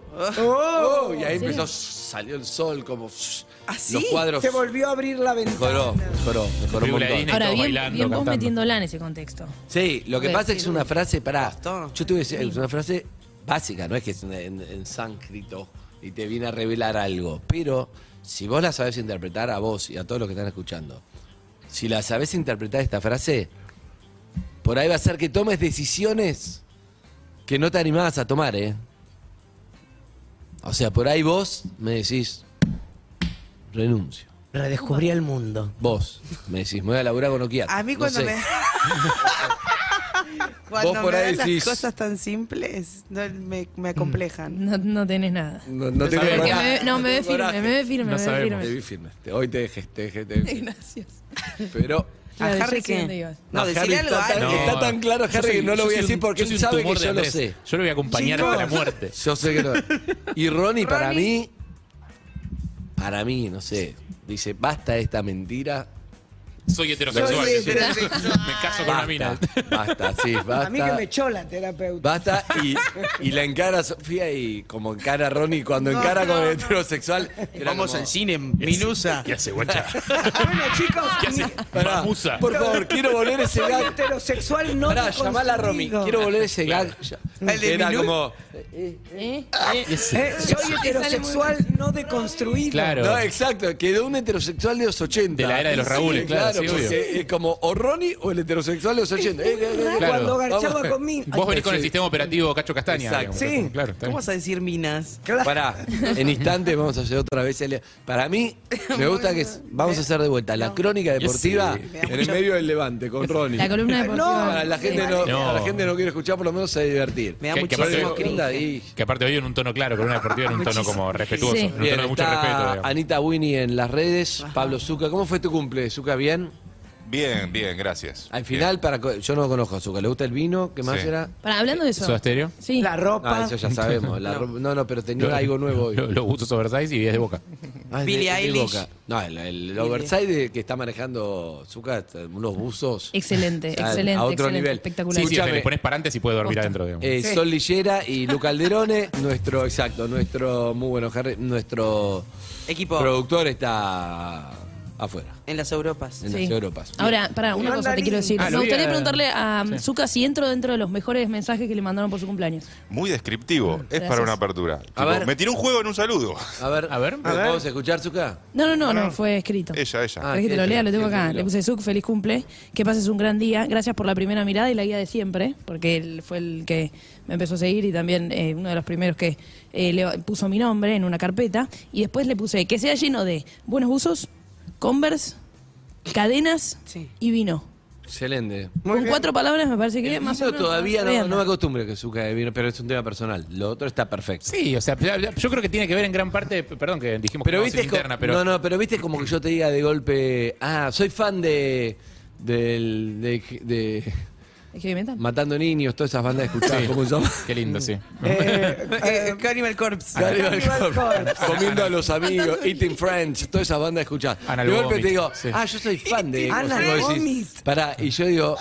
D: ¡oh! Y ahí
G: ¿En serio?
D: empezó, salió el sol, como "Shh".
C: ¿Ah,
D: los
C: sí?
D: cuadros.
E: Se volvió a abrir la ventana.
D: Mejoró, mejoró, mejoró
F: Película de
D: un montón.
F: Disney.
G: Ahora,
F: todos
G: bien,
F: bailando,
G: bien vos
F: cantando.
G: metiéndola en ese contexto.
D: Sí, lo que
G: Ok,
D: pasa es que es una frase, pará,
C: Bastón.
D: yo te voy a decir, es una frase básica, no es que es en, en- en sánscrito y te viene a revelar algo, pero si vos la sabés interpretar a vos y a todos los que están escuchando, si la sabés interpretar esta frase, por ahí va a ser que tomes decisiones que no te animabas a tomar, ¿eh? O sea, por ahí vos me decís, renuncio.
E: Redescubrí el mundo.
D: Vos me decís, me voy a laburar con Nokia.
C: A mí
D: No
C: cuando
D: sé.
C: me. cuando
D: Vos por
C: me
D: ahí
C: dan
D: decís-
C: las cosas tan simples, no, me, me acomplejan.
G: No, no tenés nada.
D: No, no tengo
G: Porque
D: coraje,
G: me- no, me ve
D: tengo
G: firme,
D: coraje.
G: me ve firme,
F: No
G: me ve
F: sabemos.
D: Te
G: firme.
D: vi firme. Te- Hoy te dejé, te dejé, te dejé.
G: Gracias.
D: Pero.
G: Claro,
C: ¿A Harry
G: yo sé
C: qué?
G: dónde ibas.
C: No, decirle algo a
D: está, tan,
C: alguien.
D: está tan claro,
F: yo
D: Harry,
F: soy-
D: que no
F: yo
D: lo voy a
F: soy un-
D: decir porque
F: yo soy
D: él
F: un
D: sabe que
F: tumor de
D: yo lo
F: Andrés.
D: sé.
F: Yo lo voy a acompañar hasta la
C: Chicos.
F: muerte.
D: Yo sé que no. Y Ronnie, para mí, para mí, no sé, dice, basta esta mentira.
F: Soy heterosexual.
C: Soy
F: sí.
C: heterosexual.
F: Me caso con una mina.
D: Basta, basta, sí, basta.
E: A mí que me echó la terapeuta.
D: Basta y, y la encara Sofía y como encara a Ronnie cuando
C: No,
D: encara con
C: no,
D: el
C: no.
D: heterosexual. era
J: Vamos
D: como-
J: al cine, Minusa.
F: ¿Qué hace, guacha?
E: bueno, chicos,
F: ¿Qué hace?
D: Pará,
F: Mamusa.
D: Por favor, quiero volver ese
E: soy
D: gag.
E: heterosexual no
D: Pará,
E: reconstruido.
D: llamala a Romy. Quiero volver ese gag.
C: El de
D: Que era
C: Milú.
D: como.
G: ¿Eh?
E: Eh, soy heterosexual no deconstruido.
F: Claro.
D: No, exacto, quedó un heterosexual de los 80.
F: De la era de los Raúles, claro, sí,
D: porque
F: obvio.
D: es como o Ronnie o el heterosexual de los 80. Eh, eh, eh,
F: Claro.
E: Cuando garchaba
D: Vamos.
E: conmigo.
F: Vos venís con el sistema operativo Cacho Castaña.
D: Exacto.
F: digamos.
E: Sí.
F: Claro, está bien.
C: ¿Cómo vas a decir minas?
E: Claro.
D: Pará, en instantes vamos a hacer otra vez. el- Para mí, me gusta que es- vamos a hacer de vuelta la crónica deportiva
F: Sí.
D: en el medio del levante con Ronnie.
G: La columna deportiva.
D: Para la gente no,
F: No.
D: a la gente no quiere escuchar, por lo menos se divertir.
C: Me da
F: Que- que aparte-
C: muchísimo
D: ¿Qué
C: cringe.
D: onda? Y-
F: Que aparte hoy en un tono claro, con una deportiva en un tono como respetuoso,
G: Sí.
F: en un
D: Bien,
F: tono de mucho
D: está
F: respeto. digamos.
D: Anita Winnie en las redes, Pablo Zuca. ¿Cómo fue tu cumple, Zuca? ¿Bien?
H: Bien, bien, gracias.
D: Al final, para co- yo no conozco a Zucca. ¿Le gusta el vino? ¿Qué más
H: Sí.
D: era?
G: Para, hablando de eso.
F: ¿Soda Stereo?
G: Sí.
E: La
D: Ah,
E: ropa.
D: eso ya sabemos. la ropa- no. no, pero tenía algo nuevo hoy.
F: Lo- Los gustos oversize y 10 de boca.
D: Ah, es
C: Billie
D: es
C: Eilish.
D: Boca. No, el, el oversize de- que está manejando Zucca, unos buzos.
G: Excelente,
D: Ya,
G: excelente,
D: a otro
G: excelente,
D: nivel.
G: espectacular.
F: Sí, sí,
D: Escuchame.
F: le pones parantes y puede dormir
G: Posta.
F: adentro, digamos.
D: Eh, Sol Lillera y Luca Alderone, nuestro, exacto, nuestro, muy bueno, Harry, nuestro
C: Equipo
D: productor está afuera,
C: en las Europas.
D: en
G: Sí.
D: las Europas.
G: Ahora, para una cosa te quiero decir.
F: Ah, lo
G: Me
F: vi
G: gustaría
F: a-
G: preguntarle a Zuka si entro dentro de los mejores mensajes que le mandaron por su cumpleaños.
H: Muy descriptivo. Es
G: Gracias.
H: para una apertura. Tipo,
D: ver.
H: Me tiró un juego en un saludo.
D: A ver,
F: A ver.
D: ¿lo ¿podemos escuchar, Zucca?
G: No, no, no, no, fue escrito.
H: Ella, ella.
D: Ah,
G: ¿Querés que te lo
D: sí,
G: lea? Lo tengo
D: sí,
G: acá.
D: sí,
G: Le
D: lo-
G: puse Zuc, feliz cumple. Que pases un gran día. Gracias por la primera mirada y la guía de siempre, porque él fue el que me empezó a seguir y también eh, uno de los primeros que eh, le puso mi nombre en una carpeta. Y después le puse que sea lleno de buenos usos, converse, cadenas
C: Sí.
G: y vino.
D: Excelente.
G: Con cuatro palabras me parece que
D: El
G: más o
D: vino
G: menos
D: todavía
G: está
D: no,
G: bien.
D: no me acostumbro que Zucca de vino, pero es un tema personal. Lo otro está perfecto.
F: Sí, o sea, ya- ya- yo creo que tiene que ver en gran parte, perdón que dijimos que
D: Pero
F: no,
D: viste,
F: sin
D: co-
F: interna, pero
D: no, no, pero viste como que yo te diga de golpe, ah, soy fan de del de, de
G: ¿Es heavy metal?
D: Matando Niños, todas esas bandas escuchadas
F: Sí.
D: como son.
F: qué lindo, sí.
E: Eh,
C: Eh, Cannibal Corpse.
D: Cannibal
E: Cannibal
D: Corpse,
E: Corpse.
D: Comiendo a los amigos, Eating French, todas esas bandas escuchadas.
F: Ana
D: de golpe
F: Lubomir,
D: te digo,
F: sí.
D: ah, yo soy fan de.
E: Ana
D: y vos decís,
E: Lubomir.
D: Pará, y yo digo.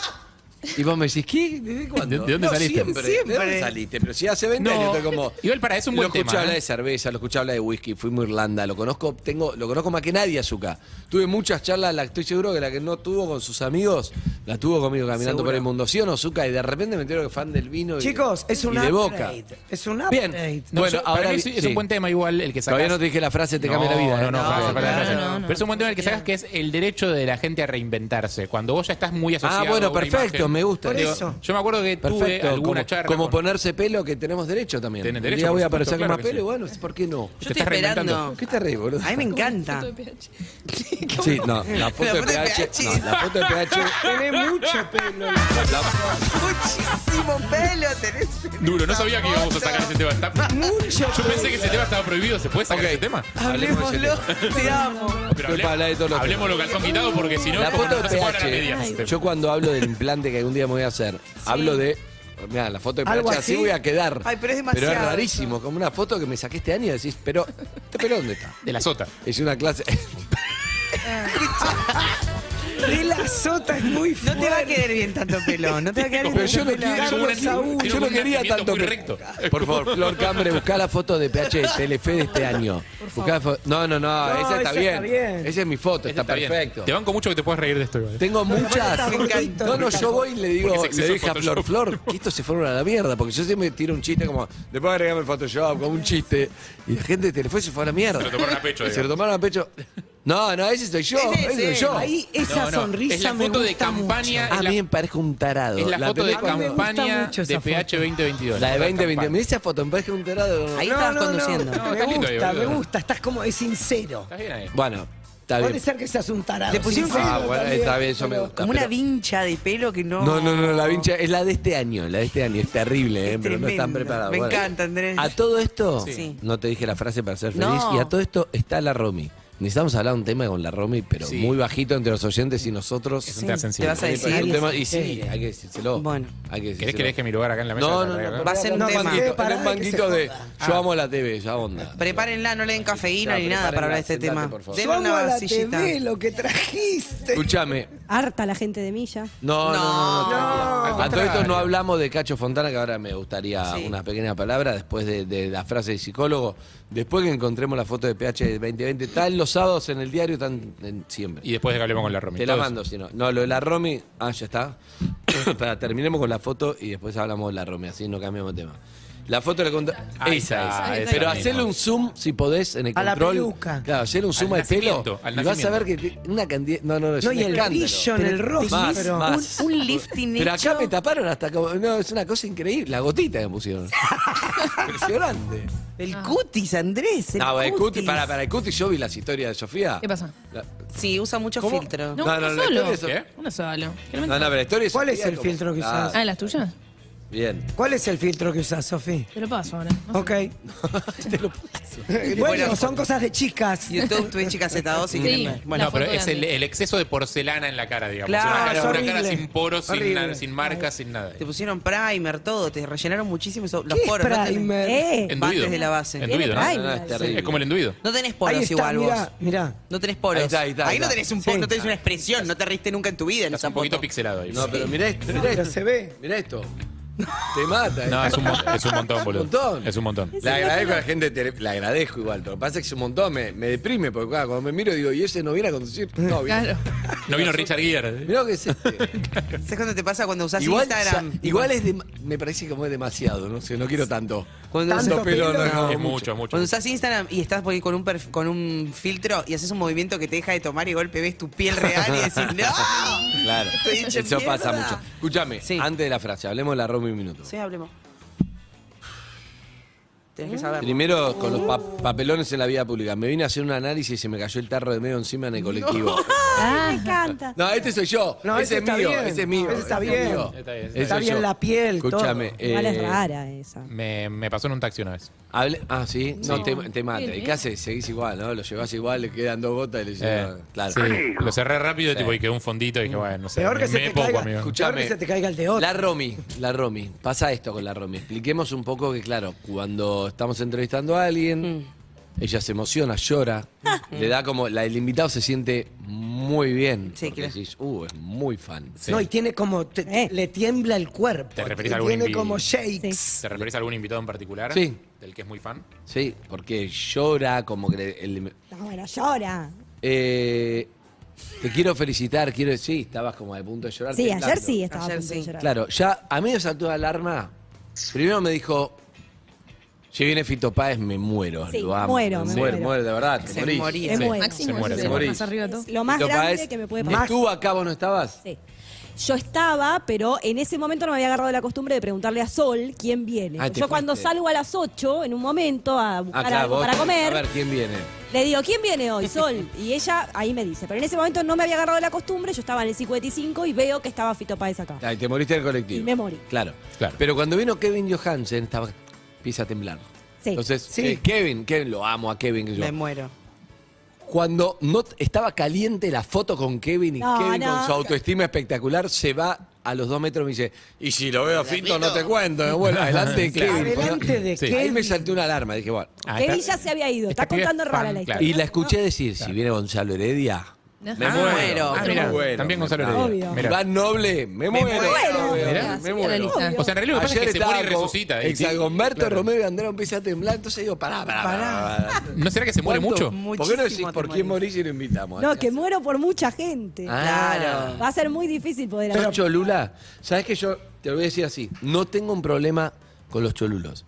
D: Y vos me decís, ¿qué? ¿Desde cuándo?
F: ¿De- de dónde
D: No,
F: saliste?
D: Siempre, ¿De dónde
C: Siempre.
D: saliste? Pero si hace 20
F: No,
D: años estoy como.
F: igual para, es un buen
D: Lo escuché
F: tema,
D: hablar
F: ¿eh?
D: de cerveza, lo escuché hablar de whisky, fuimos a Irlanda, lo conozco, tengo, lo conozco más que nadie, Azuka. Tuve muchas charlas, la, estoy seguro que la que no tuvo con sus amigos, la tuvo conmigo caminando por el mundo. ¿Sí o no, Azuka? Y de repente me entero que es fan del vino y-
E: Chicos, es
D: y
E: un
D: de boca.
E: upgrade. Es un
D: Bien.
E: upgrade.
F: No,
D: bueno,
F: yo- para
D: ahora
F: mí es,
D: vi-
F: es
D: sí.
F: un buen tema igual el que sacás.
D: Todavía no te dije la frase, te cambia la vida.
F: No,
D: ¿eh?
F: no,
D: Ah,
F: frase, frase,
D: claro.
F: frase.
G: no, no,
F: Pero es un buen tema el que
G: claro.
F: sacas que es el derecho de la gente a reinventarse. Cuando vos ya estás muy asociado
D: Ah, bueno,
F: a una
D: perfecto,
F: imagen,
D: me gusta.
E: Por
D: Digo,
E: eso.
F: Yo me acuerdo que tuve
D: Perfecto,
F: alguna
D: como,
F: charla.
D: como
F: con-
D: ponerse pelo que tenemos derecho también.
F: Tenés
D: Un
F: derecho,
D: día
F: por
D: voy a
F: supuesto,
D: aparecer
F: claro
D: con
F: que
D: más pelo y
F: sí.
D: bueno, ¿por qué no?
C: Yo
F: Te
C: estoy
F: estás reinventando.
C: esperando.
D: ¿Qué te reís, boludo?
C: A mí me encanta.
D: Sí, no, la foto de PH. No, la foto de PH.
E: Tiene mucho pelo.
C: Muchísimo pelo tenés.
F: Duro, no sabía que íbamos a sacar ese tema. Está-
E: Mucho
F: Yo pensé que ese tema estaba prohibido. ¿Se puede sacar
D: Ok.
F: ese tema?
C: Hablemoslo. Te amo.
F: Pero
D: Fue para hablar de todos los
F: hablemos lo calzón quitado porque si no,
D: La
F: no se
D: foto de
F: puede hablar a medias.
D: PH.
F: Este-
D: Yo cuando hablo del implante que algún día me voy a hacer, hablo de. Mira, la foto de PH,
E: Algo
D: así?
E: así.
D: voy a quedar.
C: Ay, pero es demasiado
D: Pero es rarísimo, como una foto que me saqué este año y decís, pero, ¿este pelo dónde está?
F: De la sota.
D: Es una clase.
E: De la sota es muy
C: No
E: fuerte.
C: te va a quedar bien tanto pelón. No te va a quedar bien
D: Pero yo
C: tanto
D: no,
C: pelón.
D: quiero-
E: Carlos
D: yo no
E: Saúl.
D: yo
F: Tiene
D: no
F: un
D: quería
F: nacimiento
D: tanto.
F: muy
D: pe-
F: recto.
D: Por favor, Flor Cambre, buscá la foto de PH de Telefe de este año. Buscá la fo- No, no, no,
E: No,
D: esa, está,
E: esa
D: bien.
E: está bien.
D: Esa es mi foto, está,
F: bien.
D: perfecto.
F: Te banco mucho que te puedas reír de esto. igual.
D: Tengo muchas.
E: está gordito.
D: No, no, yo voy y le digo,
F: Porque es
D: le
F: exceso
D: dije a Flor,
F: Photoshop.
D: Flor, que estos se fueron a la mierda, porque yo siempre tiro un chiste como, después agregame el Photoshop, como un chiste, y la gente de Telefe se fue a la mierda.
F: Se lo tomaron a pecho,
D: Se lo
F: digamos.
D: tomaron a pecho. No, no, ese soy yo,
C: Ese,
D: ese, soy
C: ese,
D: yo. Ah,
E: Ahí esa
F: No, no,
E: sonrisa
F: es la
E: me
F: foto de
E: gusta mucho.
F: campaña.
D: a
F: es la-
D: mí me parezco un tarado.
F: Es la, foto de
D: tenés como-
E: me gusta
F: campaña
E: mucho
F: de
E: esa
F: PH 2022.
D: La de 2020.
F: 2022.
D: Me esa foto, me parece un tarado.
C: Ahí
E: No,
C: estabas
E: no, no.
C: conduciendo.
F: No,
E: Me
F: está lindo ahí,
E: gusta, me
F: boludo.
E: gusta. Estás como, es sincero.
F: ¿Estás bien ahí?
D: Bueno, está
E: Puede
D: bien.
E: ser que seas un tarado.
C: Le pusieron
E: sincero
D: Ah, bueno,
E: también,
D: está bien, yo me
E: pero-
D: gusta.
C: Como una
D: pero-
C: vincha de pelo que no.
D: No, no, no, la vincha es la de este año, la de este año, es terrible,
C: Es
D: eh, pero no están
C: tremendo.
D: preparados.
C: Me
D: Bueno.
C: encanta, Andrés.
D: A todo esto,
C: Sí.
D: no te dije la frase para ser
C: No.
D: feliz, y a todo esto está la Romy. Necesitamos hablar un tema con la Romy, pero
F: Sí.
D: muy bajito entre los oyentes y nosotros.
F: Es un tema
C: Te
F: sensible.
C: vas a
D: Sí, pero es un
C: decir.
D: tema- y sí, hay que decírselo.
C: Bueno.
D: Hay que
F: ¿Querés
D: decírselo.
F: que deje mi lugar acá en la mesa?
D: No,
F: para
D: no,
F: regalar?
D: no.
C: Va a ser un
E: No,
C: tema.
E: banquito.
D: Banquito,
E: Pará
D: en un
E: de que se
D: banquito de
E: joda.
D: yo amo la TV, ya onda.
C: Prepárenla, no le den cafeína
D: Ya,
C: Ah. ni nada para hablar de este
D: prepárenla,
C: tema.
D: sentate, por favor.
C: Denle
E: Yo
C: una
E: amo a la
C: vasillita.
E: TV, lo que trajiste.
D: Escúchame.
J: Harta la gente de Milla.
D: No, no, no. no,
F: No.
D: A todo esto no
F: Contrario.
D: hablamos de Cacho Fontana, que ahora me gustaría
C: Sí.
D: unas pequeñas palabras después de, de la frase del psicólogo. Después que encontremos la foto de PH del 2020, están los sábados en el diario, están en siempre.
F: Y después de que hablemos con la Romy.
D: Te la
F: Todo eso.
D: mando, si no. No, lo de la Romy, ah, ya está. Para, terminemos con la foto y después hablamos de la Romy, así no cambiamos de tema. La foto la conta.
F: Ahí
D: Esa,
F: está,
D: esa.
F: esa
D: Pero
F: misma.
D: hacerle un zoom, si podés, en el
E: A la
D: control.
E: peluca.
D: Claro, hacerle un zoom al, pelo.
F: nacimiento, al
D: y vas a ver que te- una cantidad. No, no, no, es
E: No,
D: un
E: y el
D: escándalo.
E: brillo en el rostro.
D: Más,
E: pero-
D: más.
C: Un, un lifting
D: Pero acá
C: hecho.
D: me taparon hasta como. No, es una cosa increíble. La gotita que me pusieron. Impresionante.
J: Ah.
C: El cutis, Andrés. El
D: No, el cuti,
C: cutis.
D: para, para el cuti, yo vi las historias de Sofía.
G: ¿Qué pasa?
D: La-
C: Sí, usa mucho
D: ¿Cómo?
C: filtro.
G: No,
D: No,
G: uno
D: no, la
G: solo.
D: historia es-
F: ¿Qué?
G: Uno solo. Que no me-
D: No, no, pero la historia de
E: ¿Cuál es
D: Sofía
E: el
D: como-
E: filtro que usás?
G: Ah, ¿las tuyas?
D: Bien.
E: ¿Cuál es el filtro que usas, Sofi?
G: Te lo paso ahora. No sé.
E: Ok. Eh, bueno, son cosas de chicas.
C: YouTube, Twitch y Caseta 2 si
G: Sí.
C: quieren ver. Bueno,
F: No, pero
G: foto
F: es el,
G: grande.
F: el exceso de porcelana en la cara, digamos.
C: Claro,
F: una, cara,
E: es
F: una cara
E: horrible.
F: sin poros, sin,
E: Horrible.
F: na- sin marcas, sin nada.
C: te pusieron primer, todo. Te rellenaron muchísimos los
E: ¿Qué es
C: poros. no tenés-
E: primer?
J: Eh,
C: va antes de la base.
F: Enduido, ¿no?
J: Ay,
D: No, no, es
J: mira,
D: terrible.
F: Es como el enduido.
C: No tenés
E: Ahí
C: poros
E: está,
C: igual
E: mirá,
C: vos.
E: mirá.
C: No tenés poros.
D: Ahí está, ahí está, ahí
C: no
D: está.
C: tenés un poro,
E: Sí.
C: no tenés una expresión, no te riste nunca en tu vida en
F: Estás
C: esa
F: un poquito
C: foto.
F: pixelado ahí.
D: No, pero mirá esto. Mirá
E: Pero
D: esto.
E: se ve.
D: Mirá esto. Te mata. eh.
F: No, es un, mon- es un montón, boludo.
D: montón.
F: Es un montón.
D: Le agradezco a la gente, de Tele- le agradezco igual, pero pasa que es un montón, me, me deprime, porque claro, cuando me miro digo, y ese no viene a conducir. No, viene.
G: Claro.
F: No vino Richard Gere.
D: Mirá lo que es este.
C: ¿Sabes cuando te pasa cuando usás
D: igual,
C: Instagram?
D: ya- igual es de- me parece como es demasiado, no sé, no quiero tanto.
C: Cuando
E: Tanto
D: Tanto pelo,
E: pelo,
D: no,
E: no.
D: no,
F: Es mucho, es mucho.
C: Cuando usás Instagram y estás por ahí con un, perf- con un filtro y haces un movimiento que te deja de tomar y de golpe ves tu piel real y decís, ¡No!
D: Claro,
C: Estoy hecho
D: eso pasa
C: mierda.
D: mucho. Escúchame,
C: Sí.
D: antes de la frase, hablemos de la Romy un minuto.
C: Sí, hablemos. Tenés que saberlo.
D: Primero, con los pa- papelones en la vida pública. Me vine a hacer un análisis y se me cayó el tarro de medio encima en el colectivo.
J: Ah, me encanta.
D: No, este soy yo.
E: No,
D: ese
E: ese
D: es
E: está
D: mío.
E: bien.
D: Ese es mío.
E: Ese está
D: ese es
E: bien.
D: mío.
F: Está bien, está
D: Ese
E: bien.
D: soy
E: Está bien
D: yo.
E: la piel, todo.
D: Escúchame.
J: Igual es
D: eh,
J: rara esa.
F: Me, me pasó en un taxi una vez.
D: hable- ah, sí. No, te, te mata.
G: Bien,
D: ¿Y
G: bien.
D: qué haces? Seguís igual, ¿no? Lo llevas igual, le quedan dos gotas y le
F: Eh,
D: llevas. claro.
F: sí, lo cerré rápido tipo, y quedó un fondito y dije, bueno, no sé.
E: Peor que
F: me,
E: se
F: me
E: te
F: poco,
E: caiga.
F: amigo.
E: Peor que se te caiga el de otro.
D: La Romy, la Romy. Pasa esto con la Romy. Expliquemos un poco que, claro, cuando estamos entrevistando a alguien,
E: Mm.
D: ella se emociona, llora, le da como. La, el invitado se siente muy bien.
C: Sí,
D: porque
C: claro.
D: decís, uh, es muy fan.
E: No, y tiene como. te- te-
J: Eh.
E: Le tiembla el cuerpo.
F: ¿Te referís a algún
E: Tiene
F: invi-
E: como shakes.
F: ¿Te referís a algún invitado en particular?
D: Sí.
F: Del que es muy fan.
D: Sí, porque llora, como que le- el-
J: No, bueno, llora.
D: Eh, te quiero felicitar, quiero decir, estabas como al punto de llorar.
J: Sí,
D: temblando.
J: ayer sí estaba
C: Ayer
J: a punto de
C: sí.
J: llorar.
D: Claro, ya a mí me saltó la alarma. Primero me dijo, si viene Fito Páez me muero,
J: Sí,
D: lo amo.
J: muero,
D: me
J: me
D: muero,
J: muero.
D: muero, de verdad, te
C: Se
D: morís.
C: moría.
J: Me
F: Sí.
J: muero.
F: Se
G: Máximo
F: muere,
G: es
D: se
G: el
D: muere.
G: más arriba de todo.
J: Es lo más
D: Fito
J: grande
D: Páez,
J: que me puede pasar.
D: ¿Estuvo acá vos no estabas?
J: Sí. Yo estaba, pero en ese momento no me había agarrado la costumbre de preguntarle a Sol quién viene.
D: Ah,
J: Yo
D: te
J: cuando
D: fuiste.
J: salgo a las 8, en un momento, a buscar
D: Acá
J: algo
D: vos.
J: para comer,
D: A ver quién viene.
J: Le digo, ¿quién viene hoy? Sol. Y ella ahí me dice. Pero en ese momento no me había agarrado la costumbre, yo estaba en el 55 y veo que estaba Fito Páez acá.
D: Ah, y te moriste del colectivo.
J: Y me morí.
D: Claro.
F: Claro.
D: Pero cuando vino Kevin Johansen, estaba, empieza a temblar.
J: Sí.
D: Entonces,
E: Sí.
D: eh, Kevin, Kevin, lo amo a Kevin. que yo-
C: Me muero.
D: Cuando no t- estaba caliente la foto con Kevin y
J: No,
D: Kevin con
J: no.
D: su autoestima espectacular se va a los dos metros y me dice, y si lo veo fito no te cuento, me vuelvo adelante de Kevin.
E: Adelante de
F: Sí.
D: Ahí
E: Kevin.
D: me saltó una alarma, dije, bueno.
F: Ah,
J: que
F: está-
J: ella se había ido.
F: esta
J: Está
F: piba es
J: contando
F: fan,
J: rara la
F: claro.
J: historia.
D: Y la escuché decir, si viene Gonzalo Heredia,
F: Me muero. Ah, mirá, también Gonzalo Heredia.
D: Obvio.
F: Mirá.
D: Ah, Iván Noble, me muero.
F: muero.
D: Obvio,
F: Mirá.
D: Me
F: Sigue la
D: muero.
F: lista. O sea, en realidad lo que pasa es que
D: Ayer
F: se muere y
D: estaba con-
F: resucita, ¿eh?
D: Exacto, con Humberto
F: Claro.
D: Romero y Andrea empecé a temblar, entonces digo, pará, pará, pará.
F: ¿No será que se muere
D: ¿Cuánto?
F: mucho?
D: ¿Por qué no decís
F: Muchísimo
D: por
F: te
D: quién
F: morís.
D: morís y lo invitamos?
J: No, que muero por mucha gente.
D: Ah. Claro.
J: Va a ser muy difícil poder
D: Pero
J: hacer.
D: Cholula, ¿sabes que yo te lo voy a decir así? No tengo un problema con los cholulos.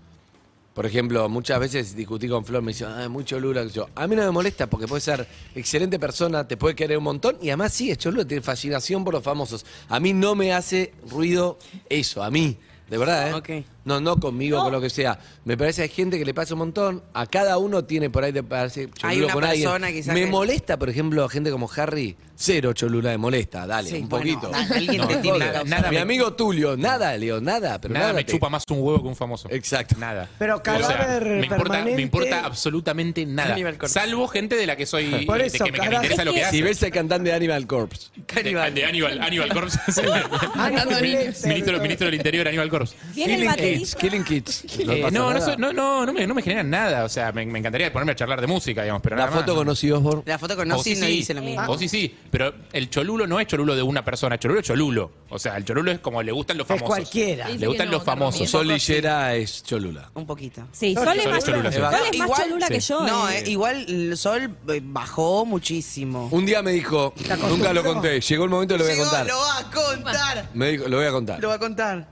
D: Por ejemplo, muchas veces discutí con Flor, me dice, ah, es muy cholula. Yo, a mí no me molesta porque puede ser excelente persona, te puede querer un montón y además sí, es cholula, tiene fascinación por los famosos. A mí no me hace ruido eso, a mí, de verdad, ¿eh? No, no conmigo, con lo que sea. Me parece que hay gente que le pasa un montón, a cada uno tiene por ahí, te parece cholulo
C: Hay una
D: con alguien.
C: persona quizá
D: Me
C: que-
D: molesta, por ejemplo, gente como Harry, cero cholula me molesta, dale,
C: Sí,
D: un
C: bueno,
D: poquito.
C: dale, alguien
D: No,
C: te
D: no,
C: tiene
D: nada,
C: que causar.
D: nada, Mi amigo Tulio, nada, Leo, nada, pero
F: Nada me
D: te-
F: chupa más un huevo que un famoso.
D: Exacto.
F: Nada.
E: Pero cadáver
F: me, importa, me
E: permanente-
F: importa absolutamente nada.
E: Aníbal Corpse.
F: Salvo gente de la que soy.
E: Por
F: de
E: eso,
F: que me, que me
E: carajo.
F: interesa lo que hace.
D: Si ves el cantante de Animal Corpse.
F: De, de Aníbal, Aníbal Corpse. ministro, ministro del Interior, Aníbal Corpse.
J: Viene el
D: Kids,
J: baterista.
D: Killing Kids.
F: Eh,
D: pasa
F: no, no,
D: nada.
F: soy- no, no, no me, no me generan nada. O sea, me, me encantaría ponerme a charlar de música, digamos, pero
D: La
F: nada más.
D: foto con Ozzy Osbourne.
C: La foto con
F: O
C: Ozzy
F: sí,
C: no
F: sí.
C: dice lo mismo.
F: O sí, sí, pero el cholulo no es cholulo de una persona, el cholulo es cholulo. O sea, el cholulo es como le gustan los
E: Es
F: famosos.
E: cualquiera.
F: Le gustan los famosos.
D: Sol Lillera es Cholula.
C: Un poquito.
J: Sí,
F: Sol
J: Sol es
F: es
J: más,
F: cholula, sí.
J: Sol es más
C: Igual-
J: cholula que
F: sí.
J: yo.
C: No,
J: eh.
C: eh, igual el sol eh, bajó muchísimo.
D: Un día me dijo, nunca lo conté, llegó el momento y lo voy a
C: Llegó,
D: contar.
C: lo va a contar.
D: Me dijo, lo voy a contar.
C: Lo va a contar.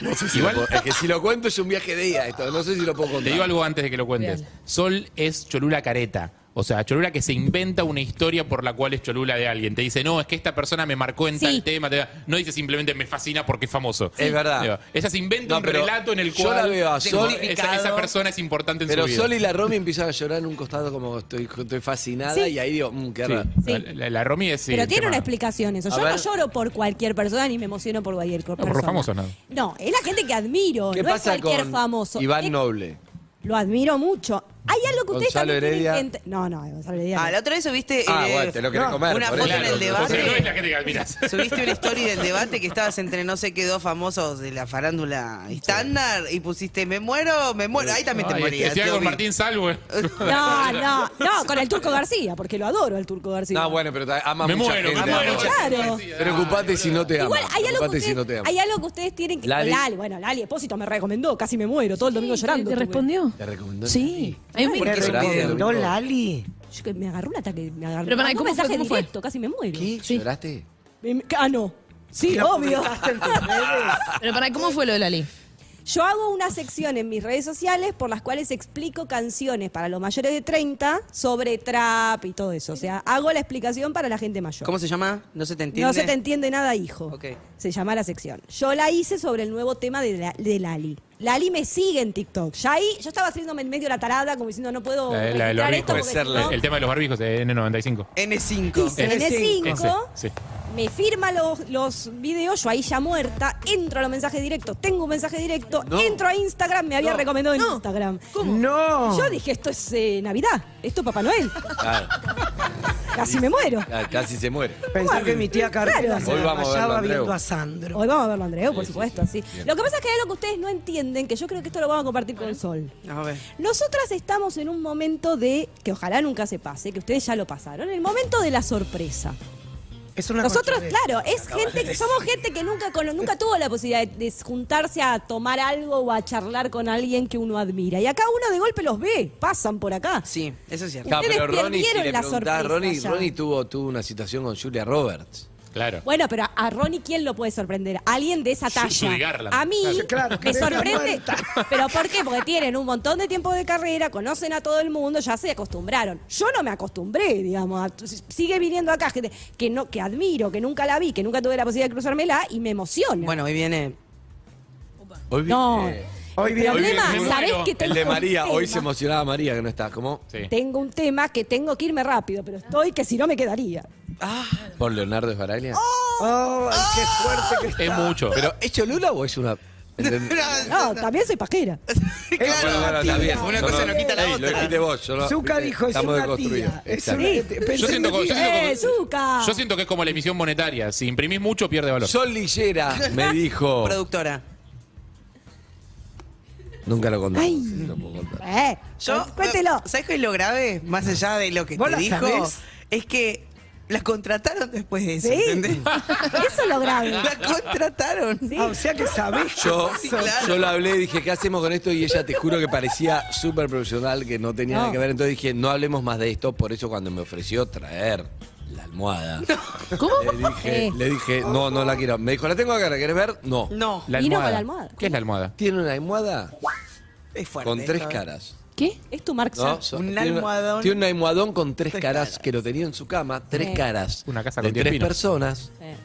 D: No sé si
F: Igual-
D: lo puedo- es que si lo cuento es un viaje de ida esto, no sé si lo puedo
F: Te digo
D: contar.
F: algo antes de que lo cuentes. Sol es Cholula careta. O sea, Cholula que se inventa una historia por la cual es Cholula de alguien. Te dice, no, es que esta persona me marcó en
J: Sí.
F: tal tema. Te- No dice simplemente me fascina porque es famoso.
D: Es verdad.
F: Digo, Ella se inventa
D: No,
F: un
D: pero
F: relato en el
D: yo
F: cual
D: la veo a Sol-
F: esa, esa persona es importante en
D: Pero
F: su vida.
D: Sol y la Romy empiezan a llorar en un costado como estoy, estoy fascinada
J: Sí.
D: y ahí digo, mmm, qué
F: Sí.
D: raro.
J: Sí.
F: La, la- la Romy es... sí,
J: Pero
F: el
J: tiene
F: tema.
J: una explicación eso.
D: A
J: Yo no
D: ver.
J: lloro por cualquier persona ni me emociono por cualquier
F: por
J: persona.
F: los famosos, no.
J: No, es la gente que admiro,
D: ¿Qué
J: no es
D: pasa
J: cualquier
D: con
J: famoso.
D: Iván
J: Es-
D: Noble?
J: Lo admiro mucho. Hay algo que ustedes
D: Gonzalo
J: también tienen
D: Heredia.
J: que ente- No, no, Gonzalo Heredia.
C: Ah,
J: no.
C: la otra vez subiste
D: Ah,
C: eh,
D: bueno, te lo querés
E: no,
D: comer.
C: una
D: por
C: foto
D: eso.
C: en el
F: O sea,
C: debate.
F: no es la gente que admiras.
C: Subiste una story del debate que estabas entre no sé qué dos famosos de la farándula estándar y pusiste me muero, me muero. Ahí también te
F: Ay,
C: morías.
F: Estoy
C: lo
F: con
C: vi.
F: este, Martín Salvo. eh.
J: No, no, no, con el Turco García, porque lo adoro al Turco García.
D: No, bueno, pero ta- ama
F: Me
D: mucha
F: muero, me
D: gente, ama
F: muero.
D: mucha-
J: Claro.
D: Preocupate si no te ama.
J: Igual hay algo, que
D: Preocupate si
J: ustedes,
D: no te ama.
J: hay algo que ustedes tienen que.
D: Lali.
J: Lali, bueno, Lali Espósito me recomendó, casi me muero, todo el domingo
G: Sí,
J: llorando.
G: ¿Te
J: estuve.
G: respondió?
D: ¿Te recomendó?
G: Sí. Hay un
E: Me
G: video.
D: Porque lloraste el
E: recomendó
D: domingo.
E: Lali.
J: Yo que me agarró un ataque, me agarró
G: Pero, pará,
J: mandó
G: ¿cómo
J: un
G: fue?
J: mensaje
G: ¿Cómo fue?
J: directo, casi me muero.
D: ¿Qué? ¿Lloraste?
J: Me- me- Ah, no. Sí,
E: Lo
J: obvio.
E: publicaste en tus redes.
G: Pero para ¿cómo fue lo de Lali?
J: Yo hago una sección en mis redes sociales por las cuales explico canciones para los mayores de 30 sobre trap y todo eso. O sea, hago la explicación para la gente mayor.
C: ¿Cómo se llama? No se te entiende.
J: No se te entiende nada, hijo.
C: Ok.
J: Se llama la sección. Yo la hice sobre el nuevo tema de, la- de Lali. Lali me sigue en TikTok. Ya ahí yo estaba haciéndome en medio la tarada, como diciendo, no puedo
F: La- la de los
J: registrar esto
F: barbijos.
J: porque
D: ser
J: si
D: la-
J: no-
F: El tema de los barbijos de N95.
C: N5.
J: Dice,
E: N5.
J: N5,
F: Ese, sí.
J: me firma los, los videos, yo ahí ya muerta, entro a los mensajes directos, tengo un mensaje directo, entro a Instagram, me había recomendado en Instagram.
E: No.
J: Yo dije, esto es eh, Navidad, esto es Papá Noel,
D: Claro,
J: casi me muero.
D: claro, Ah, casi se muere.
E: Pensé que mi tía Carmela
J: Claro.
E: se
D: Hoy
E: la
D: vamos a verlo,
E: pasaba
D: Andreu.
E: viendo a Sandro.
J: Hoy vamos a verlo, Andreu, por supuesto, sí. Lo que pasa es que hay algo que ustedes no entienden, que yo creo que esto lo vamos a compartir con Sol.
C: A ver.
J: Nosotras estamos en un momento de, que ojalá nunca se pase, que ustedes ya lo pasaron, el momento de la sorpresa.
E: Es una
J: Nosotros,
E: conchudez.
J: claro, es gente, que- somos gente que nunca cono- nunca tuvo la posibilidad de, de juntarse a tomar algo o a charlar con alguien que uno admira. Y acá uno de golpe los ve, pasan por acá.
C: Sí, eso es cierto.
D: Claro, pero Ronnie, si le
J: perdieron la
D: preguntás,
J: sorpresa
D: Ronnie,
J: ya.
D: Ronnie tuvo, tuvo una situación con Julia Roberts.
F: Claro.
J: Bueno, pero a, a Ronnie, ¿quién lo puede sorprender? Alguien de esa talla.
F: Judy Garland.
J: A mí
E: Claro, que
J: me
E: está
J: sorprende.
E: muerta.
J: ¿Pero por qué? Porque tienen un montón de tiempo de carrera, conocen a todo el mundo, ya se acostumbraron. Yo no me acostumbré, digamos. a- s- sigue viniendo acá gente que, no, que admiro, que nunca la vi, que nunca tuve la posibilidad de cruzármela y me emociona.
C: Bueno, hoy viene.
D: Hoy
J: No.
D: viste-
E: Hoy
J: El
E: viene-
J: problema,
F: hoy viene-
J: ¿sabés
F: bueno,
J: que tengo
D: el de
J: un
D: María, hoy
J: tema?
D: se emocionaba María que no está, ¿cómo?
F: Sí.
J: Tengo un tema que tengo que irme rápido, pero estoy que si no me quedaría.
D: Por Leonardo Esbaraglia.
E: Oh, ay, qué fuerte que está.
F: Es mucho.
D: Pero, ¿es Cholula o es una...? ¿Entendés? Ah,
J: No, también soy pajera.
D: Bueno, bueno,
E: una
D: está bien.
E: tía.
C: Una cosa no quita la
D: Ey, Lo
C: otra.
D: dijiste vos. yo no-
E: Zucca dijo, es
D: Estamos este
E: una
D: deconstruidos.
E: tía. Es
D: Exacto.
E: una- pensé
F: Yo siento,
E: en
F: co-
E: mi
F: yo,
E: tía.
F: siento co-
J: ¡Eh, Zucca!
F: yo siento que es como la emisión monetaria. Si imprimís mucho, pierde valor.
D: Sol Lillera me dijo...
C: Productora.
D: Nunca lo conté.
J: Ay.
D: No puedo contar.
J: Eh,
C: Yo, eh,
J: cuéntelo.
C: ¿Sabes qué es lo grave? Más allá de lo que
E: ¿Vos
C: te
E: la
C: dijo,
E: sabés?
C: es que La contrataron después de eso,
J: Sí.
C: ¿entendés?
J: Eso es lo grave.
C: La contrataron.
J: Sí.
E: Ah, o sea que sabés.
D: Yo,
C: Sí, claro.
D: yo lo hablé, dije, ¿qué hacemos con esto? Y ella, te juro que parecía súper profesional, que no tenía nada que ver. Entonces dije, no hablemos más de esto. Por eso cuando me ofreció traer la almohada,
G: ¿Cómo?
D: le, dije,
J: Eh.
D: le dije, no, no la quiero. Me dijo, ¿la tengo acá? ¿La querés ver? No.
C: No,
F: La
J: Y no con
F: almohada.
J: la almohada.
F: ¿Qué es la almohada?
D: Tiene una almohada
C: es fuerte.
D: con tres
C: esto, ¿eh?
D: caras.
G: ¿Qué?
J: Es tu Mark
D: ¿no?
J: Zuckerberg.
D: So-
C: Un
D: tiene
C: almohadón.
D: Tiene un almohadón con tres,
C: Tres
D: caras,
C: caras.
D: que lo tenía en su cama. Tres
J: Sí.
D: caras.
F: Una casa
D: de
F: con diez
D: tres
F: pinos.
D: personas.
J: Eh.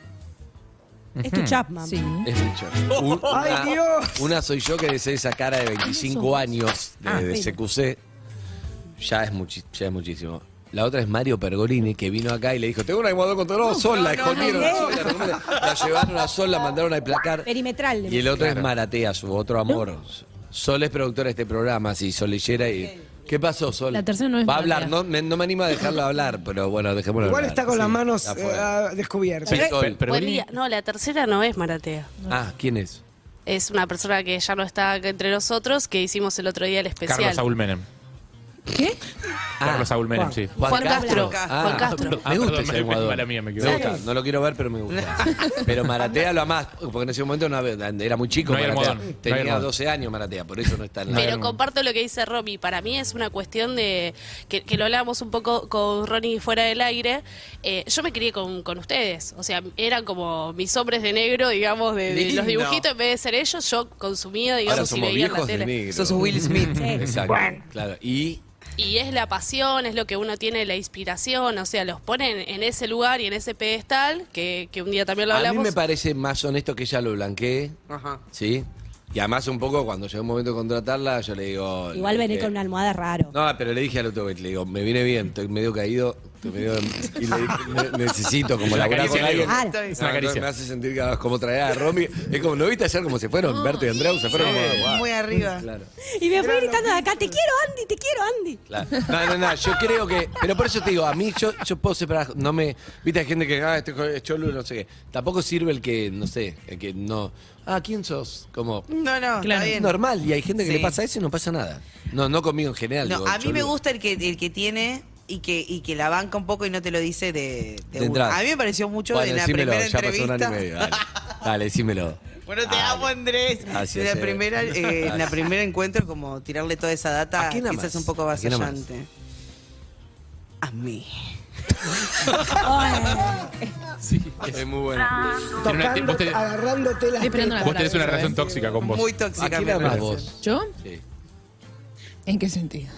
J: Es tu Chapman.
G: Sí.
D: Es mucho. Un-
E: ¡Ay, Dios!
D: Una soy yo que desee esa cara de 25 años de, de
J: sí.
D: CQC. Ya es, muchi- ya es muchísimo. La otra es Mario Pergolini, que vino acá y le dijo, tengo una almohadón contra no, sol, la escondieron,
J: no,
D: sol, la escondieron". la llevaron a sol, la mandaron a emplacar.
J: Perimetral.
D: Y el otro es Maratea, su otro amor. Sol es productora de este programa, sí, Sol Lillera y... ¿Qué pasó, Sol?
G: La tercera no es
D: Va a hablar, no
G: Maratea.
D: me, no me animo a dejarla hablar, pero bueno, dejémoslo
E: Igual
D: hablar.
E: está con
D: Sí,
E: las manos
D: está fuera.
E: eh, ah, descubiertas.
D: Sí, Sol.
F: Pero- pero
K: Buen
F: vení-
K: día. No, la tercera no es Maratea.
D: Ah, ¿quién es?
K: Es una persona que ya no está acá entre nosotros, que hicimos el otro día el especial.
F: Carlos Saúl Menem.
G: ¿Qué?
F: Carlos Saúl Menem, sí.
K: Juan Castro.
D: Ah,
K: Juan Castro.
D: Me gusta
F: perdón,
D: ese
F: me-
D: almohadón.
F: mala mía, me
D: me,
F: equivoqué.
D: gusta, no lo quiero ver, pero me gusta. Pero Maratea lo amás, porque en ese momento no había- era muy chico
F: No hay
D: Maratea.
F: almohadón, no hay
D: Tenía
F: almohadón.
D: 12 años Maratea, por eso no está en la...
K: Pero comparto lo que dice Romy. Para mí es una cuestión de. que, que lo hablábamos un poco con Ronnie fuera del aire. Eh, yo me crié con, con ustedes. O sea, eran como mis hombres de negro, digamos, de, de
C: Lindo.
K: los dibujitos. En vez de ser ellos, yo consumía,
D: Ahora
K: digamos, y
D: somos
K: veía en la
D: viejos de
K: tele.
D: negro.
C: Sos Will Smith.
D: Exacto. Claro. Y
K: Y es la pasión, es lo que uno tiene, la inspiración, o sea, los ponen en ese lugar y en ese pedestal, que, que un día también lo
D: a mí
K: hablamos.
D: me parece más honesto que ella lo blanquee,
C: Ajá.
D: ¿sí? Y además un poco cuando llegó el momento de contratarla, yo le digo...
J: Igual
D: le
J: venir
D: dije-
J: con una almohada es raro.
D: No, pero le dije al otro, le digo, me viene bien, estoy medio caído, estoy medio... Y le dije, "Ne- necesito como
F: Es una
D: la con
F: caricia,
D: alguien.
F: Leo.
J: Claro.
D: No,
F: Es una
D: no,
F: caricia.
D: me hace sentir que como traer a Romy. Es como, ¿no viste ayer como se fueron? Berto y Andreu se fueron como. guau.
C: Muy arriba.
D: Claro,
J: Y me fui gritando de acá, te quiero Andy, te quiero Andy.
D: claro. No, no, no, yo creo que. Pero por eso te digo, a mí yo, yo puedo separar. No me. Viste, hay gente que. Ah, este jo- es cholo, no sé qué. Tampoco sirve el que, no sé, el que no. Ah, ¿quién sos? Como.
C: No, no, está
D: Es
C: bien.
D: normal, y hay gente que
C: Sí.
D: le pasa eso y no pasa nada. No, no conmigo en general.
C: No,
D: digo,
C: a mí me
D: cholulo.
C: gusta el que, el que tiene y que, y que la banca un poco y no te lo dice de,
D: De
C: de una.
D: entrada.
C: A mí me pareció mucho
D: Bueno,
C: de la
D: decímelo,
C: primera
D: ya pasó un
C: entrevista.
D: año y medio. Ah, Dale, dale decímelo.
C: Bueno, te
D: Dale.
C: amo, Andrés.
D: Gracias,
C: en,
D: eh.
C: la primera, eh, en la primera encuentro, como tirarle toda esa
D: ¿A
C: data,
D: quién amás?
C: quizás es un poco
D: ¿A quién amás?
C: avasallante. A mí.
D: Es muy bueno.
F: Tiene una- vos
E: Tocándote,
F: tenés-
E: agarrándote las
G: Estoy esperando
E: tetas.
G: la
F: Vos tenés una relación tóxica con vos.
C: Muy
D: ¿A
C: tóxica.
D: quién
C: me
D: amás
C: parece.
D: vos?
G: ¿Yo?
D: Sí.
G: ¿En qué sentido?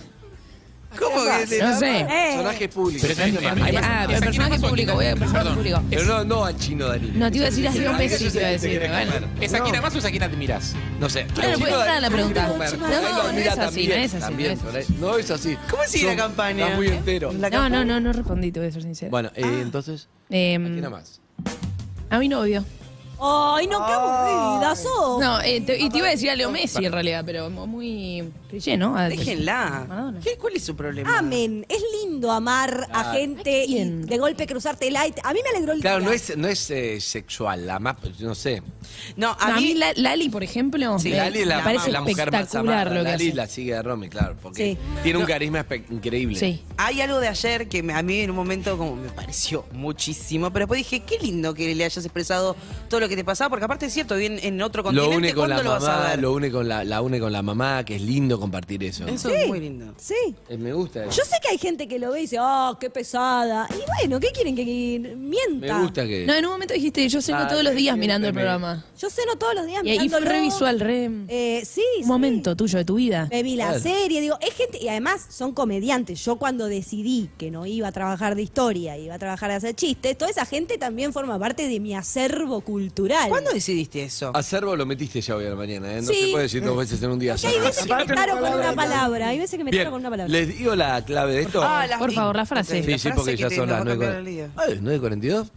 C: ¿Cómo que te-
G: No sé.
D: Personaje público.
F: Pero tenés- a mí-
G: Ah, pero personaje público, voy a personaje público.
D: Pero no, no al chino Danilo.
G: Eh, No, te iba a decir así un
D: Eso es
G: besito,
D: el
G: iba a
D: que te
G: decir,
D: querés
G: bueno.
D: comer.
F: ¿Es a quién amás o es a quién admirás?
D: No sé.
G: Claro, pues, esa era la pregunta. No, no, no es así, no es así, no es
D: así. No es así.
C: ¿Cómo sigue
D: Son-
C: la campaña?
D: Está muy entero.
C: La
G: No,
C: campaña.
G: no, no, no respondí, te voy a ser sincera.
D: Bueno, eh, entonces,
G: Eh,
D: ¿a quién amás?
G: a mi novio.
J: Ay, no, qué aburrida sos.
G: No, eh, te- y te iba a decir a Leo Messi en realidad, pero mo- muy cliché, ¿no? A-
C: Déjenla.
G: Maradona.
C: ¿Qué- ¿Cuál es su
J: Ah,
C: problema?
J: Amén. Es lindo amar a gente y
G: ¿Quién?
J: de golpe cruzarte light. A mí me alegró el
D: Ah, Claro,
J: día.
D: no es, no es eh, sexual, la más, no sé.
C: No,
G: No,
C: a mí.
G: La- Lali, por ejemplo,
C: Sí,
G: me-
D: Lali es la,
G: me parece
D: la mujer más
G: espectacular
D: amada.
G: lo que
D: Lali
G: hace.
D: la sigue a Romy, claro, porque
J: Sí.
D: tiene un carisma espe- increíble.
G: Sí.
C: Hay algo de ayer que me- a mí en un momento como
J: Ah,
C: me pareció muchísimo, pero después dije, qué lindo que le hayas expresado todo lo que te pasaba, porque aparte es cierto, bien en otro
D: Lo
C: continente,
D: une con la
C: ¿cuándo lo vas a
D: mamá,
C: ver?
D: lo une con la, la une con la mamá, que es lindo compartir eso.
C: Eso es muy lindo.
J: Sí.
D: Eh, Me gusta eso.
J: Yo sé que hay gente que lo ve y dice,
G: "Ah,
J: oh, qué pesada. Y bueno, ¿qué quieren que- que
D: Me
J: mienta?
D: gusta que.
G: No, en un momento dijiste, yo ceno
D: Ah,
G: todos los días
D: siempre
G: mirando el
D: me-
G: programa.
J: Yo ceno todos los días
G: Y ahí fue
J: mirándolo.
G: re visual, re...
J: Eh, sí, sí.
G: un momento tuyo de tu vida.
J: Me vi la
D: Claro.
J: serie, digo, es gente, y además son comediantes. Yo cuando decidí que no iba a trabajar de historia, iba a trabajar de hacer chistes, toda esa gente también forma parte de mi acervo cultural.
C: ¿Cuándo decidiste eso?
D: Acervo lo metiste ya hoy a la mañana, ¿eh? No
J: Sí.
D: se puede decir dos veces en un día.
J: Porque hay
D: acervo.
J: veces que me
E: Aparte
J: taro
E: no
J: con
E: palabra,
J: una
E: no.
J: palabra, hay veces que me
D: Bien,
J: taro con una palabra.
D: les digo la clave de esto.
C: Ah, las
G: Por
C: vi-
G: favor, la frase.
D: sí, sí,
C: frase
D: porque ya
C: que
D: son
C: nos
D: las
C: va
D: Ah,
C: a cambiar el
D: 9.42.
C: día.
D: Ay, 9.42.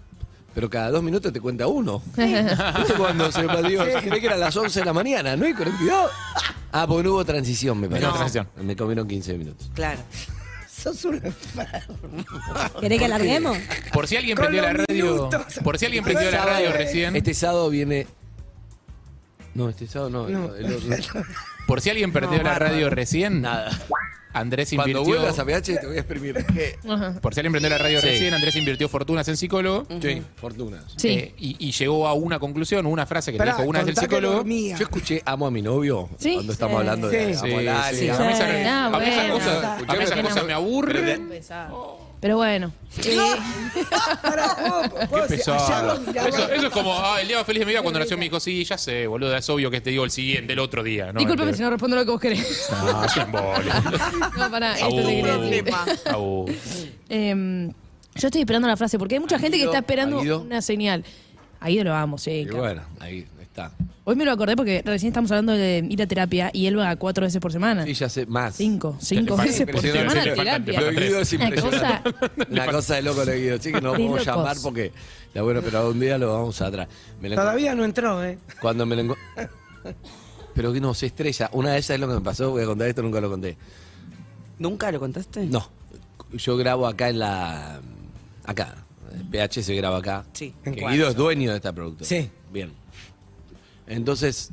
D: Pero cada dos minutos te cuenta uno. ¿Viste cuando se perdió? Creí que era las 11 de la mañana, 9.42. Ah, porque no hubo transición, me parece.
F: No hubo transición.
D: Me comieron 15 minutos.
C: Claro.
E: Sos una-
J: ¿Querés que alarguemos?
F: Por si alguien
E: Con
F: prendió la
E: los
F: radio.
E: minutos.
F: Por si alguien prendió la radio recién.
D: Este sábado viene. No, este sábado no. el- el otro.
F: Por si alguien perdió
D: No,
F: la
D: bárbaro.
F: radio recién, Andrés
D: Cuando
F: invirtió.
D: vuelvas a PH te voy a exprimir.
F: Por si alguien prendió la radio
D: Sí.
F: recién, Andrés invirtió fortunas en psicólogo.
D: Sí, fortunas.
F: Sí. Eh, y, y llegó a una conclusión, una frase que le
D: Pará,
F: dijo una vez el
D: contá que
F: psicólogo.
D: dormía. Yo escuché amo a mi novio
F: Sí.
D: cuando estamos
F: Sí.
D: hablando de
F: Sí.
D: amo a Lali,
F: Sí, sí.
D: amo-
F: A mí esa-
G: Ah,
F: a mí esas
G: bueno.
F: cosas- a mí
D: Escuchame
F: esas
D: que
F: cosas
D: no-
F: me aburren.
G: Pero bueno. Eh,
F: Qué
E: decir,
F: pesado.
E: ayer lo miraba-
F: Eso, eso es como, ah, el día más feliz de mi vida cuando nació mi hijo. Sí, ya sé, boludo, es obvio que te digo el siguiente, el otro día. ¿no?
G: Disculpame
F: El-
G: si no Este respondo lo que vos querés.
F: No, es un embole.
G: No, pará, esto te quería decir.
F: Au.
G: Em, yo estoy esperando la frase porque hay mucha gente que
D: Guido,
G: está esperando
D: a Guido.
G: una señal. A Guido lo amo, sí.
D: Y
G: claro.
D: bueno, ahí está.
G: Hoy me lo acordé porque recién estamos hablando de ir a terapia y él va cuatro veces por semana.
D: Sí, ya sé, más.
G: Cinco, cinco
D: Le falta-
G: veces por
D: impresionante,
G: semana
D: le
G: a
D: falta-
G: terapia.
D: Lo de Guido es
G: Una cosa
D: impresionante. Una cosa de loco lo de Guido. Sí, que no
G: De
D: podemos
G: locos.
D: llamar porque la buena, pero un día lo vamos a atrás. Me lo
E: Todavía no entró, ¿eh?
D: enco- Cuando me lo enco- Pero que no, se estrella. Una de esas es lo que me pasó, voy a contar esto, nunca lo conté.
C: ¿Nunca lo contaste?
D: No. Yo grabo acá en la. Acá. El PH se graba acá.
C: Sí.
D: Que
C: ¿En cuál?
D: Guido es dueño de esta productora.
E: Sí.
D: Bien. Entonces,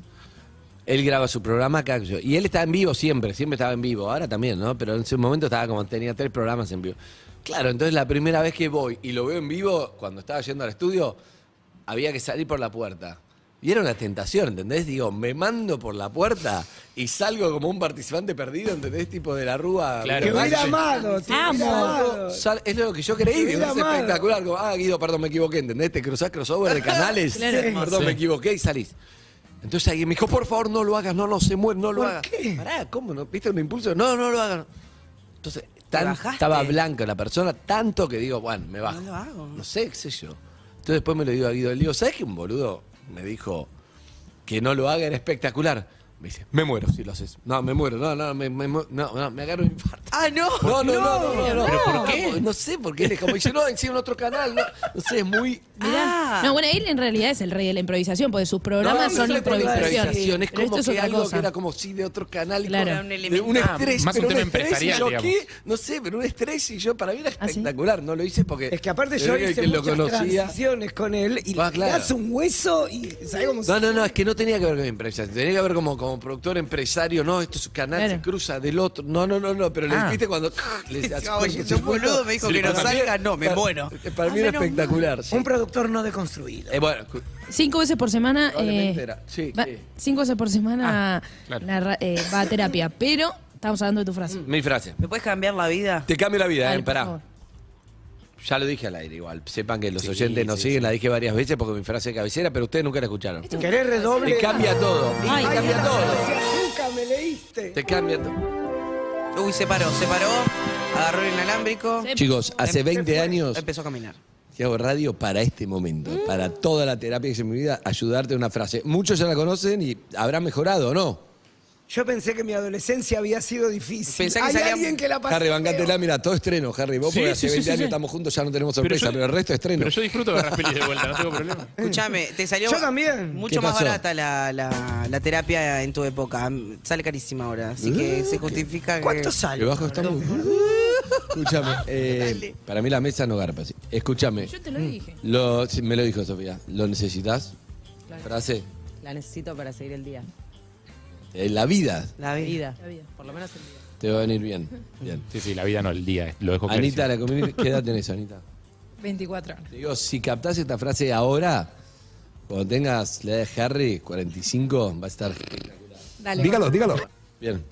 D: él graba su programa acá. yo- y él estaba en vivo siempre, siempre estaba en vivo. Ahora también, ¿no? Pero en ese momento estaba como, tenía tres programas en vivo. Claro, entonces la primera vez que voy y lo veo en vivo, cuando estaba yendo al estudio, había que salir por la puerta. Y era una tentación, ¿entendés? Digo, me mando por la puerta y salgo como un participante perdido, ¿entendés? Tipo de la rúa.
E: Claro. Que hubiera amado, te hubiera
D: Amo.
E: amado.
D: Sal- es lo que yo creí,
E: Te
D: digo,
E: hubiera
D: es
E: amado.
D: espectacular. Como, ah, Guido, perdón, me equivoqué, ¿entendés? Te cruzás crossover de canales.
E: Claro.
D: Sí, Perdón,
E: Sí.
D: me equivoqué y salís. Entonces alguien me dijo, por favor, no lo hagas, no, no, se muere, no lo
E: ¿Por
D: hagas.
E: qué?
D: Pará, ¿cómo? ¿No? ¿Viste un impulso? No, no lo hagas. Entonces, tan-
C: bajaste?
D: estaba blanca la persona, tanto que digo, bueno, me bajo.
C: No lo hago.
D: No sé, qué sé yo. Entonces después me lo digo a Guido, le digo, ¿sabes que un boludo me dijo que no lo haga era espectacular? Me dice, me muero si lo haces. No, me muero, no, no, me, me mu- no, no, me agarro un infarto.
C: Ah, no.
D: No, no, no, no, no, no.
F: ¿Pero por qué?
D: No sé por qué. él es Como dice, no, encima en otro canal. No, no sé, es muy.
G: Mirá. No, bueno, él en realidad es el rey de la improvisación, porque sus programas
D: Ah. No,
G: son
D: no sé por qué la
G: improvisación.
D: improvisación, Es
G: Pero
D: como
G: esto
D: que
G: otra
D: algo
G: cosa.
D: que era como sí de otro canal. y
G: Claro.
D: como
G: Era un
D: de
G: elemento.
D: un
F: Ah,
D: estrés.
F: más un
D: pero
F: tema
D: estrés,
F: empresarial,
D: y yo,
F: digamos.
D: ¿qué? No sé, pero un estrés y yo para mí era espectacular. No lo hice porque.
E: Es que aparte
D: se
E: yo
D: veía
E: hice
D: que lo
E: muchas
D: conocía.
E: transiciones con él y
D: Ah,
E: le
D: claro.
E: das un hueso y ¿sabes cómo
D: No, no, no, es que no tenía que ver con empresario, tenía que ver como, como productor empresario, no, esto es un canal,
G: Claro.
D: se cruza del otro, no, no, no, no, pero
F: Ah.
D: le viste cuando... le-
C: Oye,
D: por
C: un
D: supuesto,
C: boludo me dijo
D: sí,
C: que no
D: para mí-
C: salga, no, me
D: para-
C: muero.
D: Para mí
C: Ah,
D: era
C: menos
D: espectacular. sí.
E: Un productor no deconstruido.
D: Eh, bueno, escu-
G: Cinco veces por semana.
D: Probablemente
G: eh,
D: era. Sí,
G: va-
D: sí.
G: Cinco veces por semana
F: claro.
G: la ra- eh, va a terapia. Pero estamos hablando de tu frase.
D: mi frase.
C: ¿Me puedes cambiar la vida?
D: Te cambio la vida,
G: Dale,
D: eh, Mm.
G: por
D: pará.
G: favor.
D: Ya lo dije al aire igual. Sepan que los oyentes nos siguen, la dije varias veces porque mi frase es cabecera, pero ustedes nunca la escucharon.
E: ¿Querés redoble?
D: Te cambia todo.
E: Ay,
D: te cambia todo.
E: gracias, Zucca, me leíste.
D: Te cambia todo.
C: Uy, se paró, se paró. Agarró el inalámbrico.
D: Chicos, hace
C: Se
D: 20
C: fue.
D: años
C: Empezó a caminar.
D: que hago radio para este momento, para toda la terapia que hice en mi vida, ayudarte a una frase. Muchos ya la conocen y habrá mejorado, ¿o ¿no?
E: Yo pensé que mi adolescencia había sido difícil.
C: Pensá que
E: Hay
C: salía-
E: alguien que la pasó.
D: Harry, bancátela, mira, todo estreno, Harry. Vos
F: Sí,
D: porque
F: sí,
D: hace
F: sí,
D: 20
F: sí,
D: años
F: sí.
D: estamos juntos, ya no tenemos sorpresa, pero, el resto estreno.
F: Pero yo disfruto de ver las pelis de vuelta, no tengo problema.
C: Escuchame, te salió
E: Yo también.
C: mucho
D: ¿Qué
C: más
D: pasó?
C: barata la, la- la terapia en tu época. Mm, Sale carísima ahora, así
D: Ah,
C: que se justifica. que-
E: ¿Cuánto sale?
D: Qué bajo estamos. Escúchame, eh, para mí la mesa no garpa. sí. Escúchame,
G: Yo te lo dije.
D: lo- sí, me lo dijo Sofía, ¿lo necesitas? Frase,
L: La necesito para seguir el día.
D: eh, la vida
C: La vida.
L: Vida. Por lo menos el día.
D: te va a venir bien. bien.
F: Sí, sí, la vida no, el día, lo dejo
D: Anita,
F: clarísimo.
D: la community, ¿qué edad tenés, Anita?
G: 24 horas.
D: Te digo, si captás esta frase ahora, cuando tengas la edad de Harry, 45, va a estar espectacular.
G: Dale.
A: Dígalo, dígalo.
D: Bien.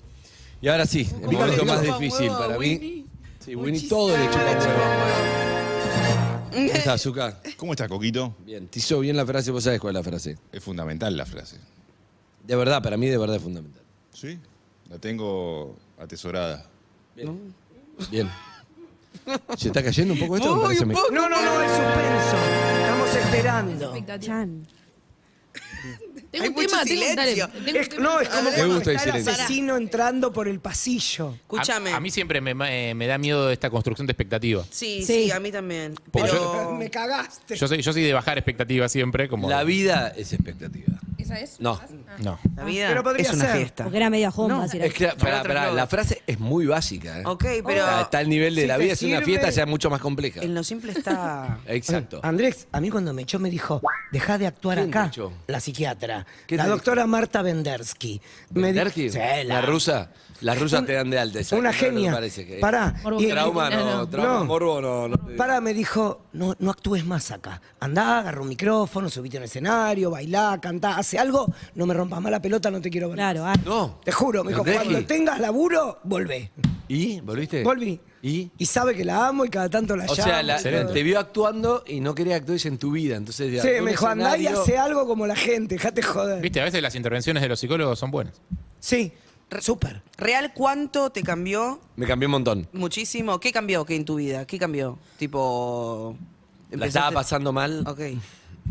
D: Y ahora sí, el momento más difícil para mí. Sí, Winnie, todo le chupa un huevo. ¿Cómo estás, Zuka?
H: ¿Cómo está, Coquito?
D: Bien, te hizo bien la frase, vos sabés cuál es la frase.
H: Es fundamental la frase.
D: De verdad, para mí de verdad es fundamental.
H: Sí. La tengo atesorada.
D: Bien. ¿Se está cayendo un poco esto? Me
C: Muy
D: parece
C: un
D: me-
C: poco.
E: No, no, no, el suspenso. Estamos esperando.
J: Chan.
G: Tengo
C: Hay
G: un
C: mucho
G: tema, tengo un- dale,
C: silencio.
G: tengo un
E: Es-
G: tema.
E: no, es como
D: Me
E: cuando
D: gusta el
E: está el
D: silencio.
E: asesino entrando por el pasillo.
C: Escúchame.
F: A, a mí siempre me, eh, me da miedo esta construcción de expectativa.
C: Sí, sí,
G: Sí.
C: a mí también.
F: Porque
C: Pero.
E: Me cagaste.
F: Yo soy, yo soy de bajar expectativas siempre, como.
D: La vida es expectativa.
M: ¿Esa es?
D: No.
M: Ah.
D: No.
C: La vida
E: Pero podría
C: es una
E: ser.
C: fiesta.
J: Porque era media jomba. si era-
D: Es que, pará,
C: otros
D: pará,
C: no.
D: la frase es muy básica. ¿eh?
C: Ok, pero-
D: O sea, Está al nivel de
C: si
D: la
C: te
D: vida, es una
C: sirve-
D: fiesta ya mucho más compleja.
C: En lo simple está.
D: Exacto.
N: Andrés, a mí cuando me echó me dijo, deja de actuar
D: ¿Quién
N: acá.
D: te echó?
N: La psiquiatra.
D: ¿Qué
N: la
D: te dijo?
N: doctora Marta Vendersky. Me di-
D: ¿Derki?
N: Sí,
D: la... rusa. Las rusas te dan de alta. exacto.
N: una
D: No, no
N: genia.
D: parece que-
N: Pará. Y-
D: Trauma no,
N: no.
D: trauma
N: No.
D: morbo no. no te-
N: Pará, me dijo, no, no actúes más acá. Andá, agarra un micrófono, subite a un escenario, bailá, cantá, hace algo, no me rompas más la pelota, no te quiero ver.
J: Claro,
N: más".
J: ah.
D: No.
N: Te juro, me dijo,
D: Andrés,
N: cuando
D: ¿qué?
N: tengas laburo, volvé.
D: ¿Y? ¿Volviste?
N: Volví.
D: ¿Y?
N: Y sabe que la amo y cada tanto la
D: O
N: llamo.
D: sea, la-
N: Excelente.
D: te vio actuando y no quería que actúes en tu vida. Entonces, de
N: Sí,
D: algún
N: me dijo, andá y
D: escenario-
N: hace algo como la gente, dejate joder.
F: Viste, a veces las intervenciones de los psicólogos son buenas.
N: Sí, súper.
C: ¿Real cuánto te cambió?
D: Me cambió un montón.
C: Muchísimo. ¿Qué cambió ¿Qué en tu vida? ¿Qué cambió? Tipo.
D: La
C: empezaste-
D: estaba pasando mal.
C: Ok.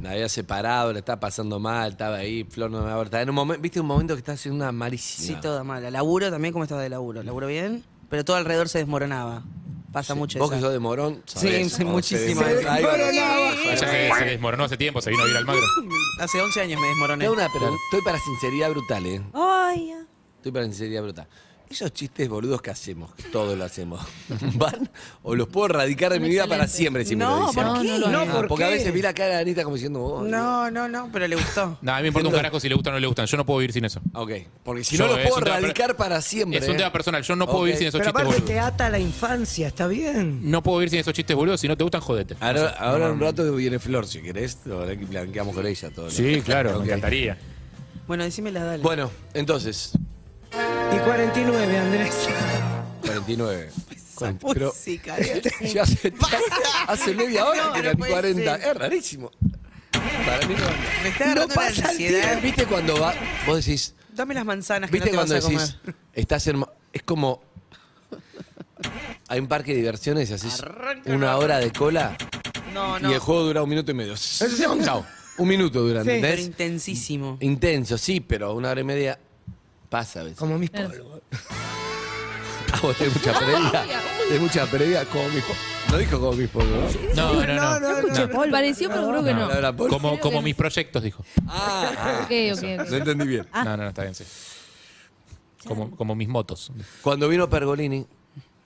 D: Me había separado, la estaba pasando mal, estaba ahí, Flor no me va a abortar. En un momento, viste un momento que estaba haciendo una malísima.
C: Sí, toda mala. ¿Laburo también? ¿Cómo estaba de laburo? ¿Laburo bien? Pero todo alrededor se desmoronaba. Pasa mucho
D: Vos
C: eso.
D: que sos de Morón,
C: Sí,
D: sabés,
C: sí,
D: ¿no? Se
C: muchísimo.
D: desmorona.
C: Se
D: Ahí
F: Ella
D: va. eh,
F: se, se desmoronó hace tiempo, se vino a vivir al magro.
C: Hace 11 años me desmoroné.
D: Te hago una pregunta. Estoy para sinceridad brutal, ¿eh?
J: Ay, ah.
D: Estoy para sinceridad brutal. Esos chistes boludos que hacemos, que todos lo hacemos, ¿van o los puedo erradicar de mi vida para siempre si me
C: No,
D: lo dicen?
C: ¿por qué?
D: Ah,
C: No, ¿por
D: porque a
C: qué?
D: veces vi la cara de Anita como diciendo, oh,
C: No, no, no, pero le gustó.
F: No, a mí me importa un carajo si le gustan o no le gustan. Yo no puedo vivir sin eso.
D: Ok. Porque si
F: Yo,
D: no
F: es
D: lo puedo
F: un tema per-
D: erradicar para siempre. ¿eh?
F: Es un tema personal. Yo no puedo
D: Ok.
F: vivir sin esos
N: Pero
F: chistes
N: aparte
F: boludos.
N: te ata a la infancia, ¿está bien?
F: No puedo vivir sin esos chistes boludos. Si no te gustan, jodete.
D: Ahora,
F: No sé.
D: ahora en un rato viene Flor, si querés. Ahora que blanqueamos con ella todo. lo-
F: Sí, claro,
D: Ok.
F: me encantaría.
C: Bueno, decime la dale.
D: Bueno, entonces,
N: Y 49, Andrés.
D: 49. Cuarenta- Pero
C: Música.
D: Este, ya hace, hace media hora
C: No,
D: que
C: no
D: eran
C: puede
D: 40.
C: ser.
D: Es rarísimo. Para mí no.
C: Me está agarrando la
D: pasa el tiempo.
C: ansiedad.
D: ¿Viste cuando va? Vos decís,
C: Dame las manzanas que no
D: ¿Viste
C: te vas
D: cuando
C: a comer.
D: decís, estás en. mo- Es como. Hay un parque de diversiones y haces
C: Arranca,
D: una
C: no.
D: hora de cola
C: No,
D: y el juego dura un minuto y medio. Chao. Un minuto dura, ¿entendés?
C: Pero intensísimo.
D: Intenso, sí, pero una hora y media pasa a veces.
N: Como mis polvos.
D: Ah, vos tenés mucha previa. Tenés mucha previa como mis polvos. No dijo como mis polvos, ¿no?
F: No, no, no.
G: Pareció, pero creo que no.
D: No, era polvo.
F: Como, como mis proyectos, dijo.
D: Ah,
G: Ok, ok, ok.
D: no entendí bien.
J: Ah.
F: No, no, no, está bien, sí. Como, como mis motos.
D: Cuando vino Pergolini,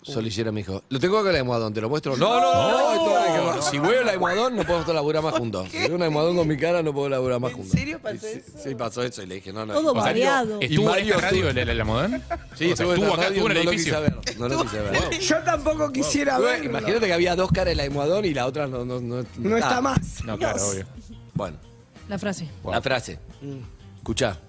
D: Solillera me dijo, lo tengo acá la almohadón, te lo muestro. No, no, no, esto hay que- si vuelve la almohadón no podemos laburar más juntos. Si veo una almohadón con mi cara no puedo laburar más juntos. ¿En serio pasó eso? Sí, pasó eso y le dije, no, no.
J: Todo
D: O sea,
J: variado.
D: y
F: ¿Estuvo en
D: Mario
F: esta radio la, la, la Modern?
D: Sí,
F: O sea,
D: estuvo en la
F: estuvo acá,
D: radio,
F: estuvo en el
D: no lo quise
F: edificio.
D: ver, no lo quise ver.
E: Yo tampoco quisiera
D: Bueno,
E: verlo.
D: Imagínate que había dos caras en la almohadón y la otra no, no, no,
E: No está más.
F: No, claro, obvio.
D: Bueno,
G: La frase.
D: la frase. Escuchá.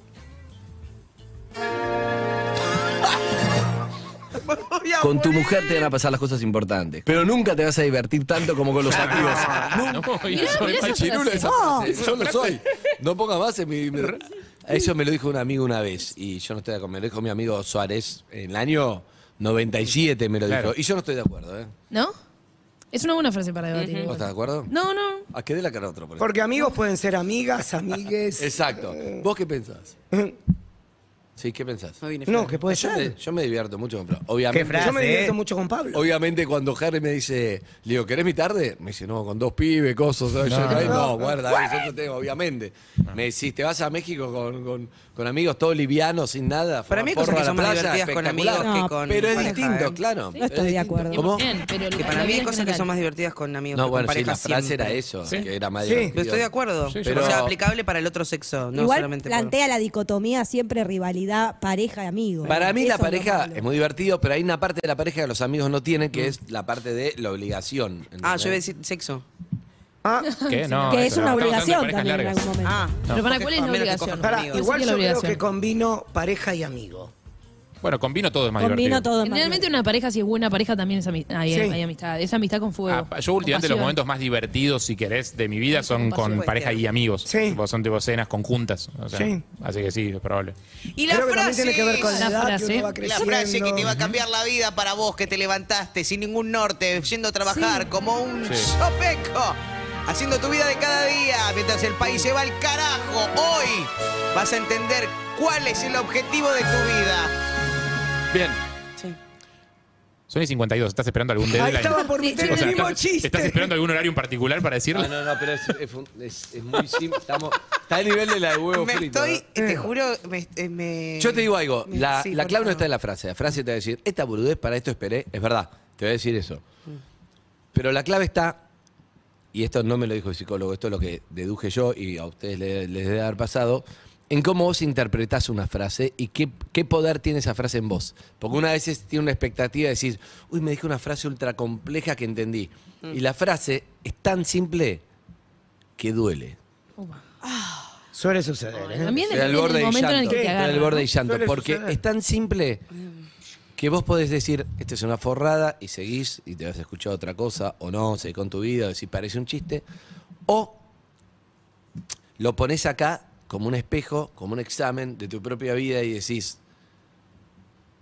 D: Con tu mujer te van a pasar las cosas importantes, pero nunca te vas a divertir tanto como con los amigos.
F: No, obvio,
G: Mirá,
F: soy
G: mirá esa
F: machirulo,
G: frase.
F: esa-
D: Yo lo soy. No ponga más en mi. mi- Eso me lo dijo un amigo una vez. Y yo no estoy de acuerdo. Me lo dijo mi amigo Suárez en el año 97. Me lo
F: Claro.
D: dijo. Y yo no estoy de acuerdo, ¿eh?
G: ¿No? Es una buena frase para debatir.
D: ¿Vos
G: igual.
D: estás de acuerdo?
G: No, no.
D: ¿A qué dé la cara a otro? Por ejemplo.
N: Porque amigos pueden ser amigas, amigues.
D: Exacto. ¿Vos qué pensás? Sí, ¿qué pensás? Pues
C: No viene
N: No, que puede
D: Yo me,
N: ser. eh.
D: yo me divierto mucho con Flor. Obviamente.
N: Yo me
E: eh.
N: divierto mucho con Pablo.
D: Obviamente cuando Harry me dice, le digo, ¿querés mi tarde? Me dice, no, con dos pibes, cosas. ¿sabes? Yo, "Ay, No, guarda, yo no tengo, obviamente. Me decís, te vas a México con, con- con amigos todos livianos, sin nada.
C: Para mí hay
D: fumar
C: cosas que
D: porro a
C: son
D: la
C: más
D: playa,
C: divertidas con amigos
D: espectacular.
C: que con
D: Pero es
C: pareja,
D: distinto,
C: ¿eh?
D: claro.
J: No estoy de acuerdo.
D: ¿Cómo?
G: Bien, pero
C: Que
G: la-
C: para
G: la
C: mí
G: vida
C: hay
G: en
C: cosas que
G: general.
C: son más divertidas con amigos
D: No,
C: que
D: bueno, sí,
C: con pareja
D: la frase
C: siempre.
D: era eso,
F: Sí.
D: que era más
N: Sí.
D: divertido.
C: Pero estoy de acuerdo.
F: Sí, sí.
D: Pero-
C: O sea, aplicable para el otro sexo, no
J: Igual
C: solamente para-
J: plantea la dicotomía siempre rivalidad, pareja y amigo.
D: Para mí la
J: Eso es lo
D: pareja
J: malo.
D: es muy divertido, pero hay una parte de la pareja que los amigos no tienen, que es la parte de la obligación.
C: Mm. Ah,
D: ¿entendés?
C: yo iba a decir sexo.
N: Ah,
F: ¿Qué? No,
J: que es
F: eso
J: una
F: no. Estamos hablando de
J: obligación
F: parejas
J: también en
F: largas.
J: algún momento.
C: Ah,
G: Pero para, ¿cuál es la
C: a menos que
G: obligación?
C: cojas
N: pará,
C: amigos.
N: igual
G: Sería
N: yo
G: la
N: creo
G: obligación.
N: que combino pareja y amigo.
F: Bueno, con vino todo es más
J: Combino
F: divertido.
J: todo. más
G: Generalmente una pareja, si es buena pareja, también es amistad. Hay,
N: Sí.
G: hay amistad. Es amistad con fuego.
F: Ah, yo últimamente
G: Con
F: los
G: pasión.
F: momentos más divertidos, si querés, de mi vida son
C: Pasión
F: con
C: puede
F: pareja
C: ser.
F: y amigos.
N: Sí.
F: Tipo, son tipo cenas conjuntas. o sea,
N: Sí.
F: Así que sí, es probable.
C: Y
N: creo que también tiene que ver con la
G: La
N: edad que uno
G: frase.
N: va
C: La
N: creciendo.
C: frase que te va a cambiar la vida para vos que te levantaste sin ningún norte, yendo a trabajar como un
F: Sí.
C: chopeco, haciendo tu vida de cada día, mientras el país se va al carajo. Hoy vas a entender cuál es el objetivo de tu vida.
D: Bien.
F: Son y 52, estás esperando algún deadline. O sea, estás, ¿Estás esperando algún horario en particular para decirlo?
D: No, no, no, pero es, es un- es- es muy simple. Estamos, está al nivel de la de huevo
C: Me
D: frito.
C: estoy,
D: ¿no?
C: te juro, me. eh, me-
D: Yo te digo algo,
C: me-
D: la,
C: sí,
D: la
C: por
D: clave no
C: favor.
D: está en la frase. La frase te va a decir, esta boludez para esto esperé, es verdad, te voy a decir eso. Pero la clave está, y esto no me lo dijo el psicólogo, esto es lo que deduje yo y a ustedes le- les, debe haber pasado, en cómo vos interpretás una frase y qué, qué poder tiene esa frase en vos. Porque una vez es- tiene una expectativa de decir, uy, me dijo una frase ultra compleja que entendí.
C: Mm.
D: Y la frase es tan simple que duele.
N: Suele suceder, ¿eh?
G: También
D: Estoy al
G: depende
D: borde
G: del
D: y
G: momento en el que te agarra,
D: al borde y
G: ¿no?
D: llanto.
G: Suele
D: Porque
G: suceder.
D: es tan simple que vos podés decir, esta es una forrada, y seguís y te vas a escuchar otra cosa, o no, seguís con tu vida, o decís, parece un chiste. O lo pones acá como un espejo, como un examen de tu propia vida y decís,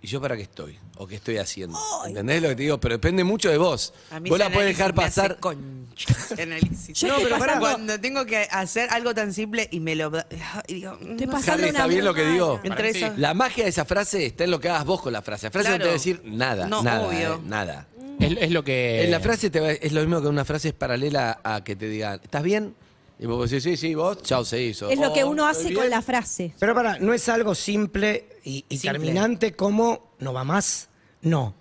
D: ¿y yo para qué estoy? ¿O qué estoy haciendo? ¿Entendés lo que te digo? Pero depende mucho de vos.
C: A mí
D: Vos
C: ese
D: la puedes
C: análisis
D: dejar
C: me hace
D: pasar.
C: concha, análisis.
D: Yo No, estoy pero pará. pasando-
C: Cuando tengo que hacer algo tan simple y me lo. Y digo, estoy
D: Harry, ¿está bien lo que digo?
C: Entre esas-
D: La magia de esa frase está en lo que hagas vos con la frase. La frase no te va a
C: Claro.
D: decir nada,
C: No,
D: nada,
C: obvio.
D: eh, nada.
F: Es, es lo que.
M: Eh.
D: En la frase te va- es lo mismo que una frase es paralela a que te digan, ¿estás bien? Y vos decís, sí, sí, vos, chao, se hizo.
J: Es lo que
D: Oh,
J: uno
D: estoy
J: hace con
D: bien.
J: la frase.
N: Pero para, no es algo simple y, y
J: Simple.
N: terminante como no va más, no.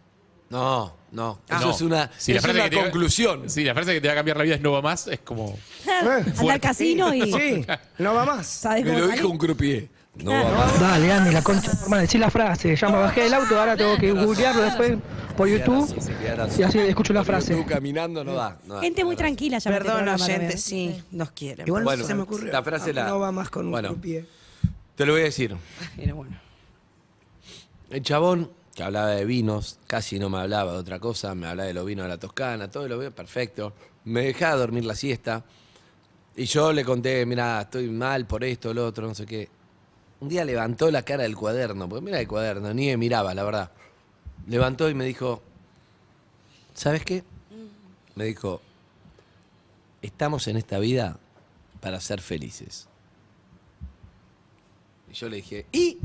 D: Oh, No, no.
F: Ah.
D: Eso
F: No.
D: es una,
F: Sí, la
D: es
F: frase
D: una
F: que te va-
D: conclusión.
F: Sí, la frase que te va a cambiar la vida es no va más, es como.
J: Anda al casino y.
N: Sí, no va más.
J: ¿Sabes
D: Me
J: cómo
D: lo
J: salís?
D: dijo un croupier. No va
J: Ah.
D: más.
M: Dale, Andy, la concha. Hermano, decí la frase. Ya me bajé del auto, ahora tengo que googlearlo después por YouTube. Y así escucho la frase.
D: Tú caminando no da. no da.
J: Gente muy tranquila ya
C: Perdón, oyente, sí, nos quieren.
N: Igual
D: Bueno,
N: se me ocurrió.
D: la frase la-
N: No va más con un
D: Bueno.
N: croupier.
D: Te lo voy a decir.
C: Era bueno.
D: El chabón que hablaba de vinos, casi no me hablaba de otra cosa, me hablaba de los vinos de la Toscana, todo lo veo perfecto. Me dejaba dormir la siesta y yo le conté, mira, estoy mal por esto, lo otro, no sé qué. Un día levantó la cara del cuaderno, porque mira el cuaderno, ni me miraba, la verdad. Levantó y me dijo, ¿sabes qué? Me dijo, estamos en esta vida para ser felices. Y yo le dije, ¿y?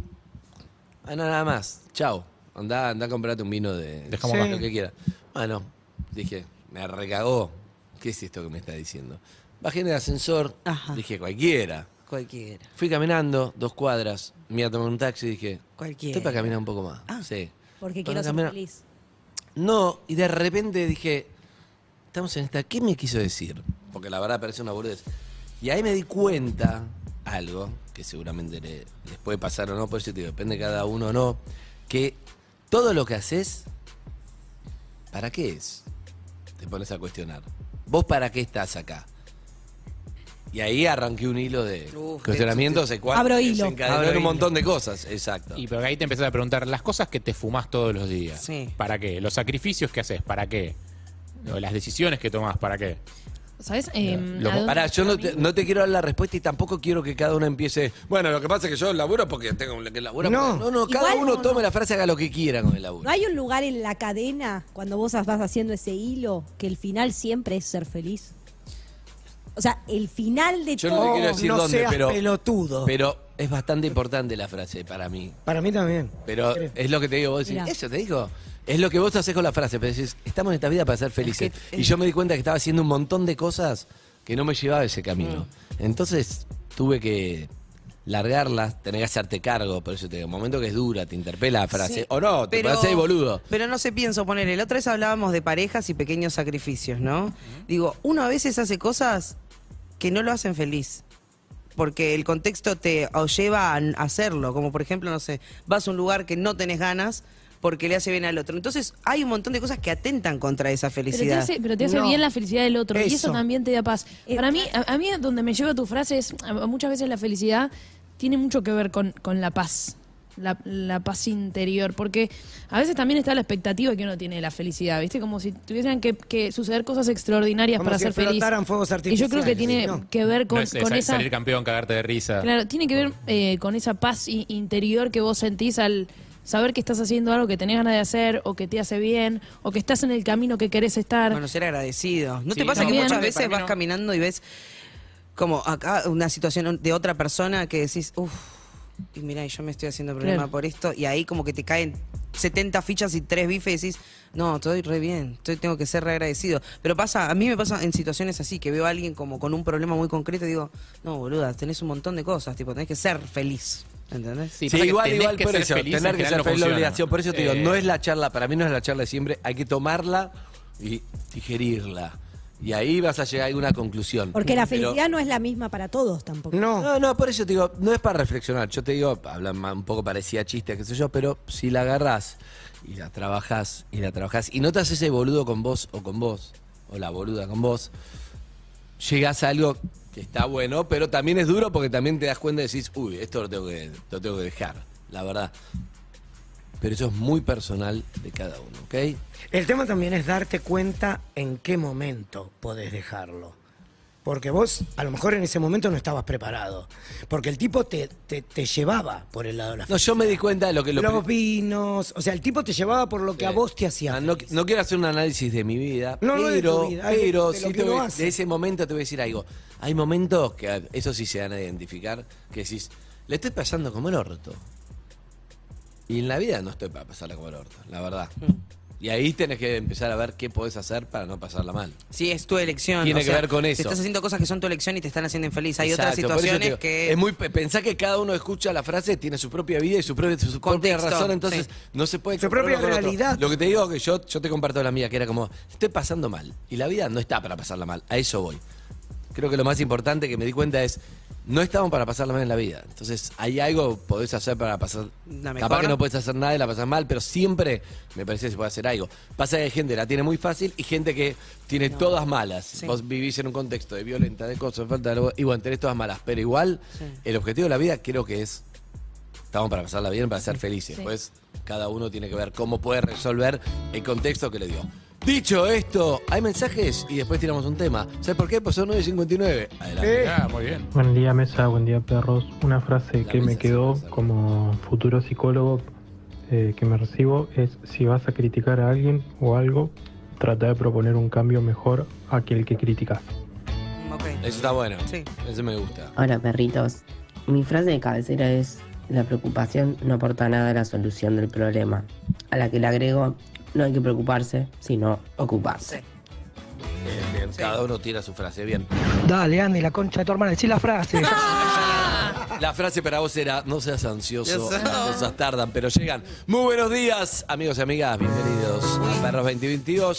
D: Ah, no, nada más. Chao. Andá, andá a comprarte un vino de
F: Dejamos
D: Sí.
F: acá.
D: lo que quieras. Bueno, dije, me recagó. ¿Qué es esto que me está diciendo? Bajé en el ascensor, dije, cualquiera.
C: Cualquiera.
D: Fui caminando dos cuadras, me iba a tomar un taxi y dije,
C: Cualquiera. Ah.
D: estoy para caminar un poco más. Sí.
J: Porque
D: Para
J: quiero ser
D: caminar.
J: feliz.
D: No, y de repente dije, estamos en esta, ¿qué me quiso decir? Porque la verdad parece una boludez. Y ahí me di cuenta algo, que seguramente le- les puede pasar o no, por eso te digo, depende de cada uno o no, que todo lo que haces, ¿para qué es? Te pones a cuestionar. ¿Vos para qué estás acá? Y ahí arranqué un hilo de
F: Uf,
D: cuestionamientos,
F: qué-
D: de cuatro,
F: Abro
D: que
F: hilo.
D: desencadenó
F: Abro
D: en un
F: hilo.
D: montón de cosas, exacto.
F: Y pero ahí te empezás a preguntar las cosas que te fumás todos los días.
C: Sí.
F: ¿Para qué? Los sacrificios que haces, ¿para qué? O Las decisiones que tomás, ¿para qué?
G: ¿Sabes? Em,
D: Lo-
G: ¿a dónde-
D: pará, yo no te, no te quiero dar la respuesta y tampoco quiero que cada uno empiece. Bueno, lo que pasa es que yo laburo porque tengo que laburo.
N: No.
D: porque-". no, no, cada
J: Igual
D: uno
J: no,
D: tome la frase, haga lo que quiera con el laburo.
J: ¿No hay un lugar en la cadena cuando vos vas haciendo ese hilo que el final siempre es ser feliz? O sea, el final de
D: Yo no
J: todo.
D: te quiero decir
N: no
D: dónde,
N: seas
D: pero.
N: pelotudo.
D: Pero es bastante importante la frase para mí.
N: Para mí también.
D: Pero es lo que te digo, vos decís,
N: Mirá.
D: eso te digo. Es lo que vos haces con la frase, pero decís, estamos en esta vida para ser felices. y yo me di cuenta que estaba haciendo un montón de cosas que no me llevaba a ese camino.
J: Mm.
D: Entonces tuve que largarlas, tenés que hacerte cargo, por eso te digo, un momento que es dura, te interpela la frase.
C: Sí,
D: o no, te
C: pero-
D: parece boludo.
C: Pero no se pienso poner. El otra vez hablábamos de parejas y pequeños sacrificios, ¿no? Digo, uno a veces hace cosas que no lo hacen feliz. Porque el contexto te o- lleva a n- hacerlo. Como por ejemplo, no sé, vas a un lugar que no tenés ganas porque le hace bien al otro. Entonces hay un montón de cosas que atentan contra esa
G: Pero te
C: felicidad.
G: hace, pero te hace bien la felicidad del otro y eso
C: Eso.
G: también te da paz.
J: Eh,
G: Para mí, a, a mí donde me lleva tu frase es, a- muchas veces la felicidad tiene mucho que ver con, con la paz. La, la paz interior, porque a veces también está la expectativa que uno tiene de la felicidad, ¿viste? Como si tuvieran que, que suceder cosas extraordinarias
N: Como
G: para
N: si
G: ser feliz.
N: explotaran fuegos
G: Y yo creo que
N: artificiales,
G: tiene
N: ¿no?
G: que ver con,
F: no es, eh,
G: con
F: sal-
G: esa.
F: salir campeón, cagarte de risa.
G: Claro, tiene que ver eh, con esa paz i- interior que vos sentís al saber que estás haciendo algo que tenés ganas de hacer o que te hace bien o que estás en el camino que querés estar.
C: Bueno, ser agradecido. ¿No
G: Sí,
C: te pasa que
G: también.
C: muchas
G: Aparte, para
C: veces
G: mí
C: vas
G: no.
C: caminando y ves como acá una situación de otra persona que decís, uff, y mira, yo me estoy haciendo problema
G: Claro.
C: por esto, y ahí como que te caen 70 fichas y 3 bifes y decís, no, estoy re bien, estoy, tengo que ser re agradecido. Pero pasa, a mí me pasa en situaciones así, que veo a alguien como con un problema muy concreto y digo, no, boluda, tenés un montón de cosas, tipo, tenés que ser feliz. ¿Entendés?
D: Sí, igual, igual, por eso, tener que ser feliz la obligación. Por eso te digo, no es la charla, para mí no es la charla de siempre, hay que tomarla y digerirla. Y ahí vas a llegar a alguna conclusión.
J: Porque la
D: Pero-
J: felicidad no es la misma para todos tampoco.
D: No, no, por eso te digo, no es para reflexionar. Yo te digo, habla ma- un poco parecía chiste, qué sé yo, pero si la agarrás y la trabajás y la trabajás y no te haces el boludo con vos o con vos, o la boluda con vos, llegás a algo que está bueno, pero también es duro porque también te das cuenta y decís, uy, esto lo tengo que, lo tengo que dejar, la verdad. Pero eso es muy personal de cada uno, ¿ok?
N: El tema también es darte cuenta en qué momento podés dejarlo. Porque vos a lo mejor en ese momento no estabas preparado. Porque el tipo te, te, te llevaba por el lado de la
D: No, yo me di cuenta de lo que lo
N: Los vinos, o sea, el tipo te llevaba por lo que a vos te hacía.
D: Ah, No, no quiero hacer un análisis de mi vida,
N: No, no
D: pero,
N: de tu vida, es
D: pero
N: de lo que
D: sí te
N: uno
D: voy-
N: hace.
D: de ese momento te voy a decir algo. Hay momentos que a- eso sí se van a identificar, que decís, le estoy pasando como el orto. Y en la vida no estoy para pasarla como el orto, la verdad.
N: Mm.
D: Y ahí tenés que empezar a ver qué podés hacer para no pasarla mal.
C: Sí, es tu elección.
D: Tiene
C: o
D: que
C: sea,
D: ver con
C: te
D: eso.
C: estás haciendo cosas que son tu elección y te están haciendo infeliz. Hay otras
D: Exacto, por eso te
C: situaciones
D: digo,
C: que...
D: Es muy, pe- pensá que cada uno escucha la frase, tiene su propia vida y su, propia- su propia
C: Contexto,
D: razón, entonces no se puede...
N: Su
D: comparar
N: propia
D: uno con otro.
N: realidad.
D: Lo que te digo es que yo, yo te comparto la mía, que era como, estoy pasando mal. Y la vida no está para pasarla mal, a eso voy. Creo que lo más importante que me di cuenta es, no estamos para pasarla mal en la vida. Entonces, hay algo que podés hacer para pasar...
C: La mejor.
D: Capaz que no podés hacer nada y la pasás mal, pero siempre me parece que se puede hacer algo. Pasa que hay gente que la tiene muy fácil y gente que tiene todas malas. Vos vivís en un contexto de violenta, de cosas, de falta de algo, y bueno, tenés todas malas. Pero igual, el objetivo de la vida creo que es. Estamos para pasarla bien, para ser felices.
F: Sí.
D: Pues cada uno tiene que ver cómo puede resolver el contexto que le dio. Dicho esto, hay mensajes y después tiramos un tema. ¿Sabes por qué? Pues son 9.59. Adelante.
F: Ah, muy bien.
O: Buen día mesa, buen día perros. Una frase que me quedó como futuro psicólogo eh, que me recibo es si vas a criticar a alguien o algo, trata de proponer un cambio mejor a que el que criticas.
D: Eso está bueno. Eso me gusta.
P: Hola perritos. Mi frase de cabecera es, la preocupación no aporta nada a la solución del problema. A la que le agrego, no hay que preocuparse, sino ocuparse.
D: Bien, bien. Cada uno tira su frase. Bien.
M: Dale, Andy, la concha de tu hermana, decí la frase.
D: La frase para vos era, no seas ansioso,
M: Yo sé.
D: las cosas tardan, pero llegan. Muy buenos días, amigos y amigas, bienvenidos a Perros 2022.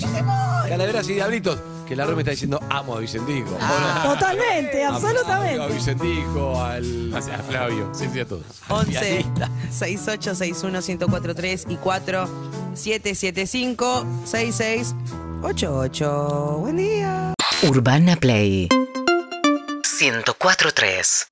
D: Calaveras y Diablitos, que la Rome está diciendo, amo a Vicentico. Hola.
J: Totalmente,
D: Amo A
J: absolutamente.
D: Vicentico, al...
F: A Flavio, sí, sí, a todos.
C: 11 68 61 1043 y 4 775 6688. Buen día.
Q: Urbana Play 104.3